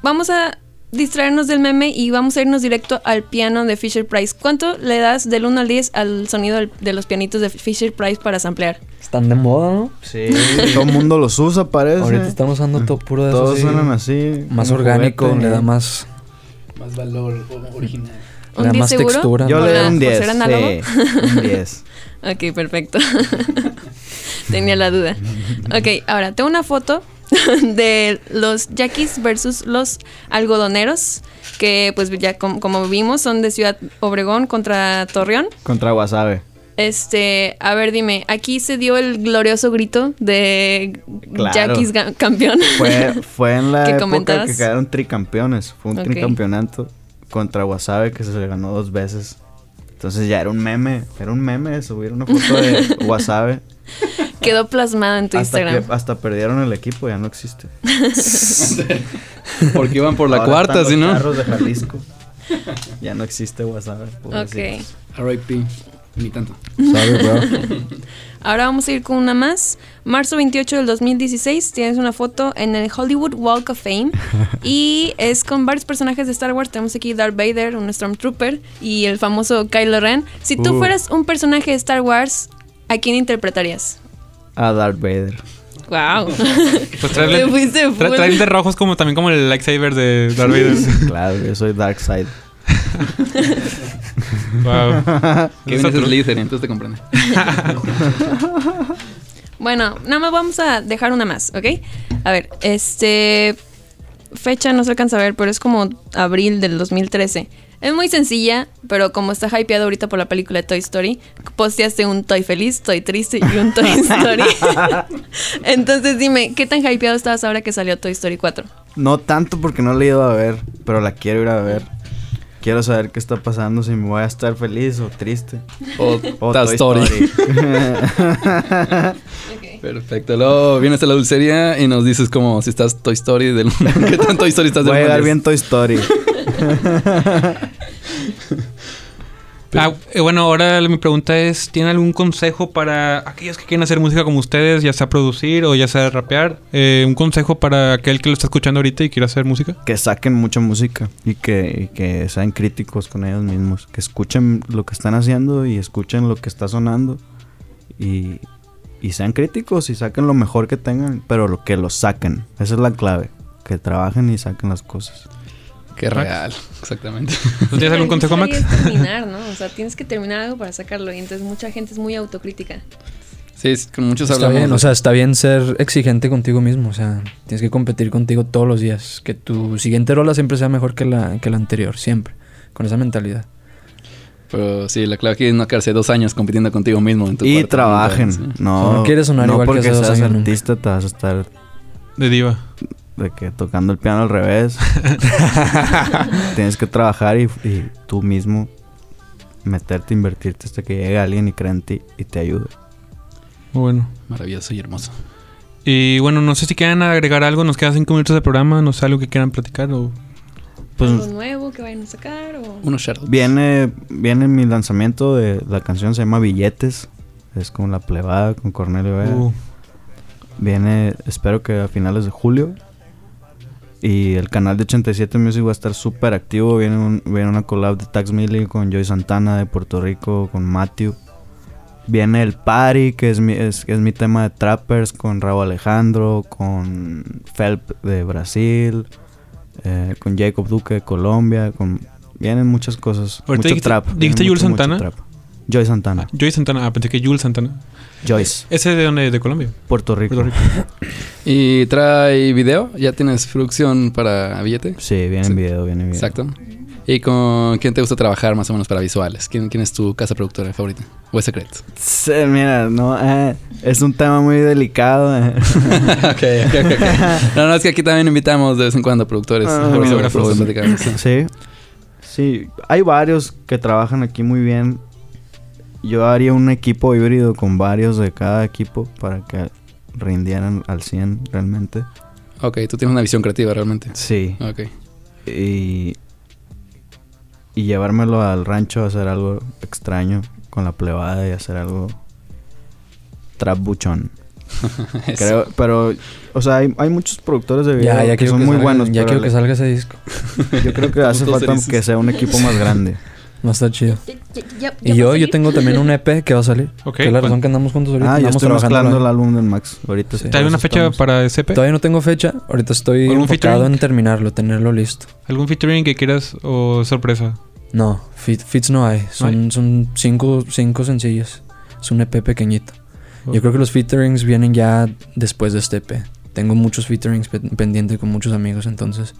Speaker 4: vamos a distraernos del meme y vamos a irnos directo al piano de Fisher Price. ¿Cuánto le das del 1 al 10 al sonido del- de los pianitos de Fisher Price para samplear?
Speaker 7: Están de moda, ¿no?
Speaker 6: Sí, todo el mundo los usa, parece.
Speaker 7: Ahorita están usando todo puro de eso,
Speaker 6: Todos
Speaker 7: sí.
Speaker 6: suenan así.
Speaker 7: Más
Speaker 6: como
Speaker 7: orgánico,
Speaker 6: juguete. eh.
Speaker 7: le da más,
Speaker 3: Más valor original.
Speaker 7: le
Speaker 4: ¿Un
Speaker 7: da
Speaker 4: 10
Speaker 7: más
Speaker 4: seguro?
Speaker 7: textura.
Speaker 6: Yo
Speaker 4: ¿Por
Speaker 6: le
Speaker 4: la-
Speaker 6: doy un
Speaker 4: por
Speaker 6: 10.
Speaker 4: ser análogo?
Speaker 6: Sí, un 10.
Speaker 4: Ok, perfecto. Tenía la duda. Ok, ahora tengo una foto de los yaquis versus los algodoneros, que pues ya com- como vimos son de Ciudad Obregón contra Torreón.
Speaker 6: Contra Wasabe.
Speaker 4: Este, a ver, dime, aquí se dio el glorioso grito de
Speaker 6: Claro.
Speaker 4: yaquis ga- campeón.
Speaker 6: Fue, fue en la
Speaker 4: ¿Qué
Speaker 6: época
Speaker 4: comentabas?
Speaker 6: que quedaron tricampeones. Fue un
Speaker 4: Ok.
Speaker 6: tricampeonato contra Wasabe que se le ganó dos veces. Entonces ya era un meme. Era un meme subir una foto de Wasabe.
Speaker 4: Quedó plasmado en tu
Speaker 6: hasta,
Speaker 4: Instagram.
Speaker 6: que- hasta perdieron el equipo, ya no existe.
Speaker 3: Porque iban por la
Speaker 6: Ahora
Speaker 3: cuarta,
Speaker 6: están
Speaker 3: si
Speaker 6: los
Speaker 3: no.
Speaker 6: Charros de Jalisco. ya no existe Wasabe. pobrecitos.
Speaker 3: RIP. Ni tanto.
Speaker 6: Sorry, bro.
Speaker 4: Ahora vamos a ir con una más. Marzo 28 del 2016 tienes una foto en el Hollywood Walk of Fame y es con varios personajes de Star Wars. Tenemos aquí Darth Vader, un Stormtrooper y el famoso Kylo Ren. Si tú
Speaker 6: Uh.
Speaker 4: fueras un personaje de Star Wars, ¿a quién interpretarías?
Speaker 6: A Ah, Darth Vader.
Speaker 4: Wow.
Speaker 5: Pues traerle...
Speaker 4: Te fuiste
Speaker 5: Tra
Speaker 4: full.
Speaker 5: traerle de rojos como también como el lightsaber de Darth Vader.
Speaker 6: Claro, yo soy Darkseid.
Speaker 5: wow.
Speaker 3: Que
Speaker 5: Es
Speaker 3: vienes es
Speaker 5: otro.
Speaker 3: líder, entonces te comprende.
Speaker 4: Bueno, nada más vamos a dejar una más, ¿ok? A ver, este. Fecha no se alcanza a ver, pero es como abril del 2013. Es muy sencilla, pero como está hypeado ahorita por la película de Toy Story, posteaste un Toy feliz, Toy triste y un Toy Story. Entonces dime, ¿qué tan hypeado estabas ahora que salió Toy Story 4?
Speaker 6: No tanto porque no la he ido a ver, pero la quiero ir a ver. Quiero saber qué está pasando, si me voy a estar feliz o triste.
Speaker 3: O
Speaker 6: O
Speaker 3: Toy
Speaker 6: Toy
Speaker 3: Story.
Speaker 6: Story.
Speaker 3: Perfecto. Luego vienes a la dulcería y nos dices como si estás Toy Story del ¿Qué tan Toy Story estás del
Speaker 6: voy a
Speaker 3: uno al
Speaker 6: llegar
Speaker 3: diez?
Speaker 6: bien Toy Story.
Speaker 5: Ah, eh, bueno, ahora mi pregunta es, ¿tiene algún consejo para aquellos que quieren hacer música como ustedes, ya sea producir o ya sea rapear? Eh, ¿Un consejo para aquel que lo está escuchando ahorita y quiere hacer música?
Speaker 6: que saquen mucha música y que, y que sean críticos con ellos mismos. Que escuchen lo que están haciendo y escuchen lo que está sonando. Y, y sean críticos y saquen lo mejor que tengan, pero lo que lo saquen. Esa es la clave. Que trabajen y saquen las cosas.
Speaker 3: Qué real. Exactamente.
Speaker 5: ¿Tú tienes algún consejo, Max?
Speaker 4: Es terminar, ¿no? O sea, tienes que terminar algo para sacarlo. Y entonces mucha gente es muy autocrítica.
Speaker 3: Sí, es- con muchos
Speaker 7: Está
Speaker 3: hablamos.
Speaker 7: bien,
Speaker 3: de-
Speaker 7: o sea, está bien ser exigente contigo mismo, o sea, tienes que competir contigo todos los días, que tu siguiente rola siempre sea mejor que la, que la anterior, siempre, con esa mentalidad.
Speaker 3: Pero sí, la clave aquí es no quedarse dos años compitiendo contigo mismo. en tu
Speaker 6: Y
Speaker 3: cuarto,
Speaker 6: trabajen.
Speaker 3: entonces, sí.
Speaker 6: No,
Speaker 7: O sea, no quieres sonar
Speaker 6: no
Speaker 7: igual que
Speaker 6: porque
Speaker 7: hace dos
Speaker 6: seas
Speaker 7: años nunca.
Speaker 6: artista te vas a estar
Speaker 5: De diva.
Speaker 6: de que tocando el piano al revés. Tienes que trabajar y, y tú mismo meterte, invertirte hasta que llegue alguien y crea en ti y te ayude.
Speaker 5: Muy bueno.
Speaker 3: Maravilloso y hermoso.
Speaker 5: Y bueno, no sé si quieran agregar algo. Nos quedan cinco minutos de programa. No sé algo que quieran platicar o...
Speaker 6: Pues
Speaker 4: algo nuevo que vayan a sacar o...
Speaker 3: Unos shoutouts.
Speaker 6: viene, viene mi lanzamiento de la canción, se llama Billetes. Es con la plebada, con Cornelio Vega.
Speaker 5: Uh,
Speaker 6: Viene, espero que a finales de julio. Y el canal de 87 Music va a estar súper activo. Viene, un- viene una collab de Tax Millie con Joy Santana de Puerto Rico, con Matthew. Viene el Party, que es mi, es, que es mi tema de Trappers, con Raúl Alejandro, con Felp de Brasil, eh, con Jacob Duque de Colombia. Con, vienen muchas cosas.
Speaker 5: Ahorita
Speaker 6: mucho
Speaker 5: dijiste-
Speaker 6: trap. viene
Speaker 5: dijiste Joel
Speaker 6: mucho, mucho
Speaker 5: Santana.
Speaker 6: trap. Joy Santana.
Speaker 5: ah, Joy Santana. Ah, pensé que Jules Santana.
Speaker 6: Joyce,
Speaker 5: ¿Ese de dónde? ¿De Colombia?
Speaker 6: Puerto Rico.
Speaker 5: Puerto Rico.
Speaker 3: Y trae video. Ya tienes producción para billete.
Speaker 6: Sí, viene
Speaker 3: Sí.
Speaker 6: en video, viene en video.
Speaker 3: Exacto. ¿Y con quién te gusta trabajar más o menos para visuales? ¿Quién, quién es tu casa productora favorita? ¿O es secreto?
Speaker 6: Sí, mira, no, eh, es un tema muy delicado. eh.
Speaker 3: ok, ok, ok. ok. No, no, es que aquí también invitamos de vez en cuando productores.
Speaker 6: Ah,
Speaker 3: por eso- por
Speaker 5: videógrafos.
Speaker 3: eso platicamos, sí.
Speaker 6: sí, sí, hay varios que trabajan aquí muy bien. Yo haría un equipo híbrido con varios de cada equipo para que rindieran al 100 realmente.
Speaker 3: Ok, tú tienes una visión creativa realmente.
Speaker 6: Sí,
Speaker 3: Ok.
Speaker 6: y, y llevármelo al rancho a hacer algo extraño con la plebada y hacer algo trabuchón.
Speaker 3: Eso.
Speaker 6: Creo, pero, o sea, hay, hay muchos productores de video
Speaker 7: Ya, ya
Speaker 6: que
Speaker 7: quiero
Speaker 6: son
Speaker 7: que
Speaker 6: muy
Speaker 7: salga-
Speaker 6: buenos. pero
Speaker 7: Ya quiero
Speaker 6: le-
Speaker 7: que salga ese disco.
Speaker 6: Yo creo que hace
Speaker 3: Todos
Speaker 6: falta
Speaker 3: felices.
Speaker 6: que sea un equipo más grande.
Speaker 7: No está chido.
Speaker 4: Ya- ya- ya- ya
Speaker 7: Y
Speaker 4: va a
Speaker 7: yo, yo
Speaker 4: salir.
Speaker 7: tengo también un EP que va a salir.
Speaker 5: Ok,
Speaker 7: que es la
Speaker 5: ¿cuándo?
Speaker 7: razón que andamos juntos ahorita.
Speaker 6: Ah, yo
Speaker 7: andamos
Speaker 6: estoy mezclando el
Speaker 7: trabajando.
Speaker 6: álbum del Max. Ahorita
Speaker 7: Sí.
Speaker 6: sí.
Speaker 5: ¿Trae una fecha
Speaker 7: estamos-
Speaker 5: para ese EP?
Speaker 7: Todavía no tengo fecha. Ahorita estoy
Speaker 5: ¿Algún
Speaker 7: enfocado
Speaker 5: featuring?
Speaker 7: en terminarlo, tenerlo listo.
Speaker 5: ¿Algún featuring que quieras o sorpresa?
Speaker 7: No, fit- fits no hay. Son, son cinco, cinco sencillos. Es un EP pequeñito. Yo creo que los featurings vienen ya después de este EP. Tengo muchos featurings pe- pendientes con muchos amigos, entonces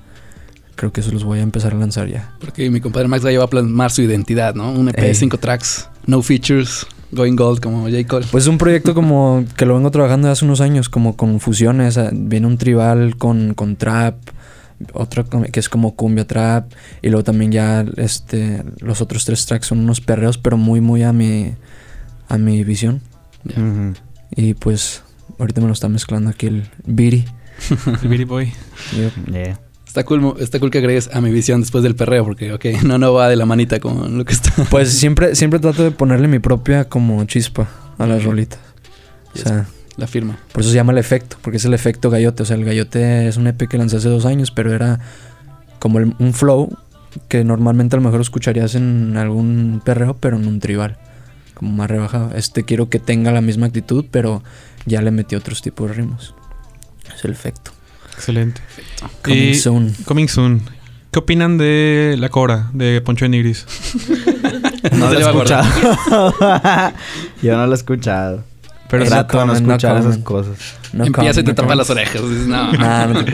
Speaker 7: creo que eso los voy a empezar a lanzar ya.
Speaker 3: Porque mi compadre Max Gallo va a plasmar su identidad, ¿no? Un EP de
Speaker 7: Ey.
Speaker 3: cinco tracks, no features, going gold como J. Cole.
Speaker 7: Pues es un proyecto como que lo vengo trabajando hace unos años, como con fusiones. ah, Viene un tribal con, con trap, otro com- que es como cumbia trap, y luego también ya este, los otros tres tracks son unos perreos, pero muy, muy a mi, a mi visión.
Speaker 6: Ujú.
Speaker 7: Y pues ahorita me lo está mezclando aquí el Biri.
Speaker 5: El Billy Boy.
Speaker 7: Yo-
Speaker 6: Yeah.
Speaker 3: Está cool, mo- está cool que agregues a mi visión después del perreo, porque, ok, no, no va de la manita con lo que está.
Speaker 7: Pues siempre, siempre trato de ponerle mi propia como chispa a las rolitas. O sea,
Speaker 3: La firma.
Speaker 7: por eso se llama el efecto, porque es el efecto gallote. O sea, el gallote es un EP que lancé hace dos años, pero era como el- un flow que normalmente a lo mejor escucharías en algún perreo, pero en un tribal. Como más rebajado. Este quiero que tenga la misma actitud, pero ya le metí otros tipos de ritmos. Es el efecto.
Speaker 5: Excelente.
Speaker 7: Coming
Speaker 5: Y-
Speaker 7: soon.
Speaker 5: Coming soon. ¿Qué opinan de la Cora de Poncho de Nigris?
Speaker 6: No
Speaker 3: se
Speaker 6: lo
Speaker 3: le
Speaker 6: he
Speaker 3: va a guardar.
Speaker 6: escuchado. yo no lo he escuchado.
Speaker 5: Eh,
Speaker 6: Pero
Speaker 7: Pero no
Speaker 6: trato de no
Speaker 7: comen, no
Speaker 6: escuchar esas
Speaker 7: comen.
Speaker 6: cosas.
Speaker 7: No
Speaker 3: Empieza y
Speaker 7: comment,
Speaker 3: te
Speaker 7: no
Speaker 3: tapa
Speaker 7: comment.
Speaker 3: las orejas. Dices, no.
Speaker 7: Nah, no te-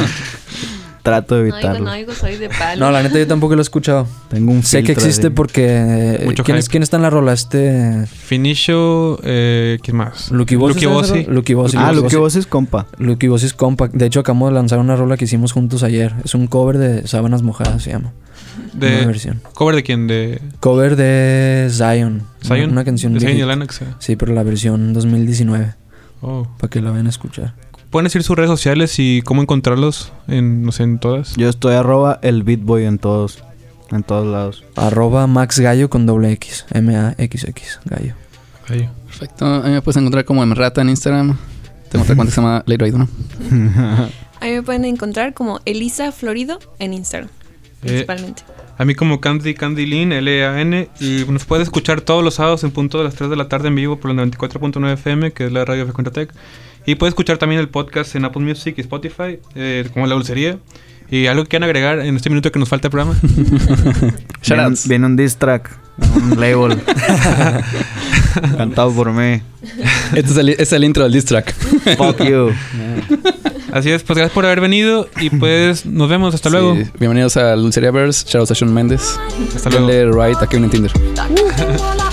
Speaker 6: Trato de
Speaker 4: No digo,
Speaker 6: evitarlo.
Speaker 4: no digo, soy de palo.
Speaker 7: no, la neta yo tampoco lo he escuchado.
Speaker 6: Tengo un
Speaker 7: Sé que
Speaker 6: filtro
Speaker 7: existe
Speaker 6: así.
Speaker 7: porque. eh,
Speaker 5: Mucho
Speaker 7: ¿quién, es-
Speaker 5: hype.
Speaker 7: quién está en la rola? Este.
Speaker 5: Finisho, eh, ¿quién más?
Speaker 7: Lucky Boss.
Speaker 5: Lucky
Speaker 7: ¿está en esa
Speaker 5: Bossi.
Speaker 7: rola? Lucky Boss.
Speaker 6: Ah, lo que
Speaker 7: Boss.
Speaker 6: vos es compa.
Speaker 7: Lucky Boss es compact. De hecho, acabamos de lanzar una rola que hicimos juntos ayer. Es un cover de Sábanas Mojadas, se llama. Una
Speaker 5: Ah, De,
Speaker 7: versión.
Speaker 5: ¿Cover de quién? ¿De
Speaker 7: Cover de Zion.
Speaker 5: Zion?
Speaker 7: Una, una canción
Speaker 5: de Zion y
Speaker 7: viejita.
Speaker 5: Lennox, eh.
Speaker 7: Sí, pero la versión 2019.
Speaker 5: Oh.
Speaker 7: Para que la vayan a escuchar.
Speaker 5: Pueden decir sus redes sociales y cómo encontrarlos en, no sé, en todas.
Speaker 6: Yo estoy arroba el Beatboy en todos. En todos lados.
Speaker 7: Arroba Max Gallo con doble X. M-A-X-X. Gallo.
Speaker 5: Ahí.
Speaker 3: Perfecto. A mí me puedes encontrar como en Rata en Instagram. Tengo otra cuenta que se llama Late Ride, ¿no?
Speaker 4: A mí me pueden encontrar como Elisa Florido en Instagram,
Speaker 5: Eh,
Speaker 4: principalmente.
Speaker 5: a mí como Candy Candy Lin, L-A-N. Y nos puedes escuchar todos los sábados en punto de las 3 de la tarde en vivo por la 94.9 FM, que es la radio de Frecuentatec. Y puedes escuchar también el podcast en Apple Music y Spotify, eh, como La Dulcería. ¿Y algo que quieran agregar en este minuto que nos falta de programa?
Speaker 6: Viene,
Speaker 3: Shoutouts.
Speaker 6: viene un diss track, un label. Cantado por mí.
Speaker 3: Este es el, es el intro del diss track.
Speaker 6: Fuck you.
Speaker 5: Así es, pues gracias por haber venido y pues nos vemos. Hasta luego.
Speaker 3: Sí, Bienvenidos a Dulceria Verse. Shoutouts a Sean Méndez.
Speaker 5: Hasta luego.
Speaker 3: Denle right a Kevin en Tinder.
Speaker 1: Tac.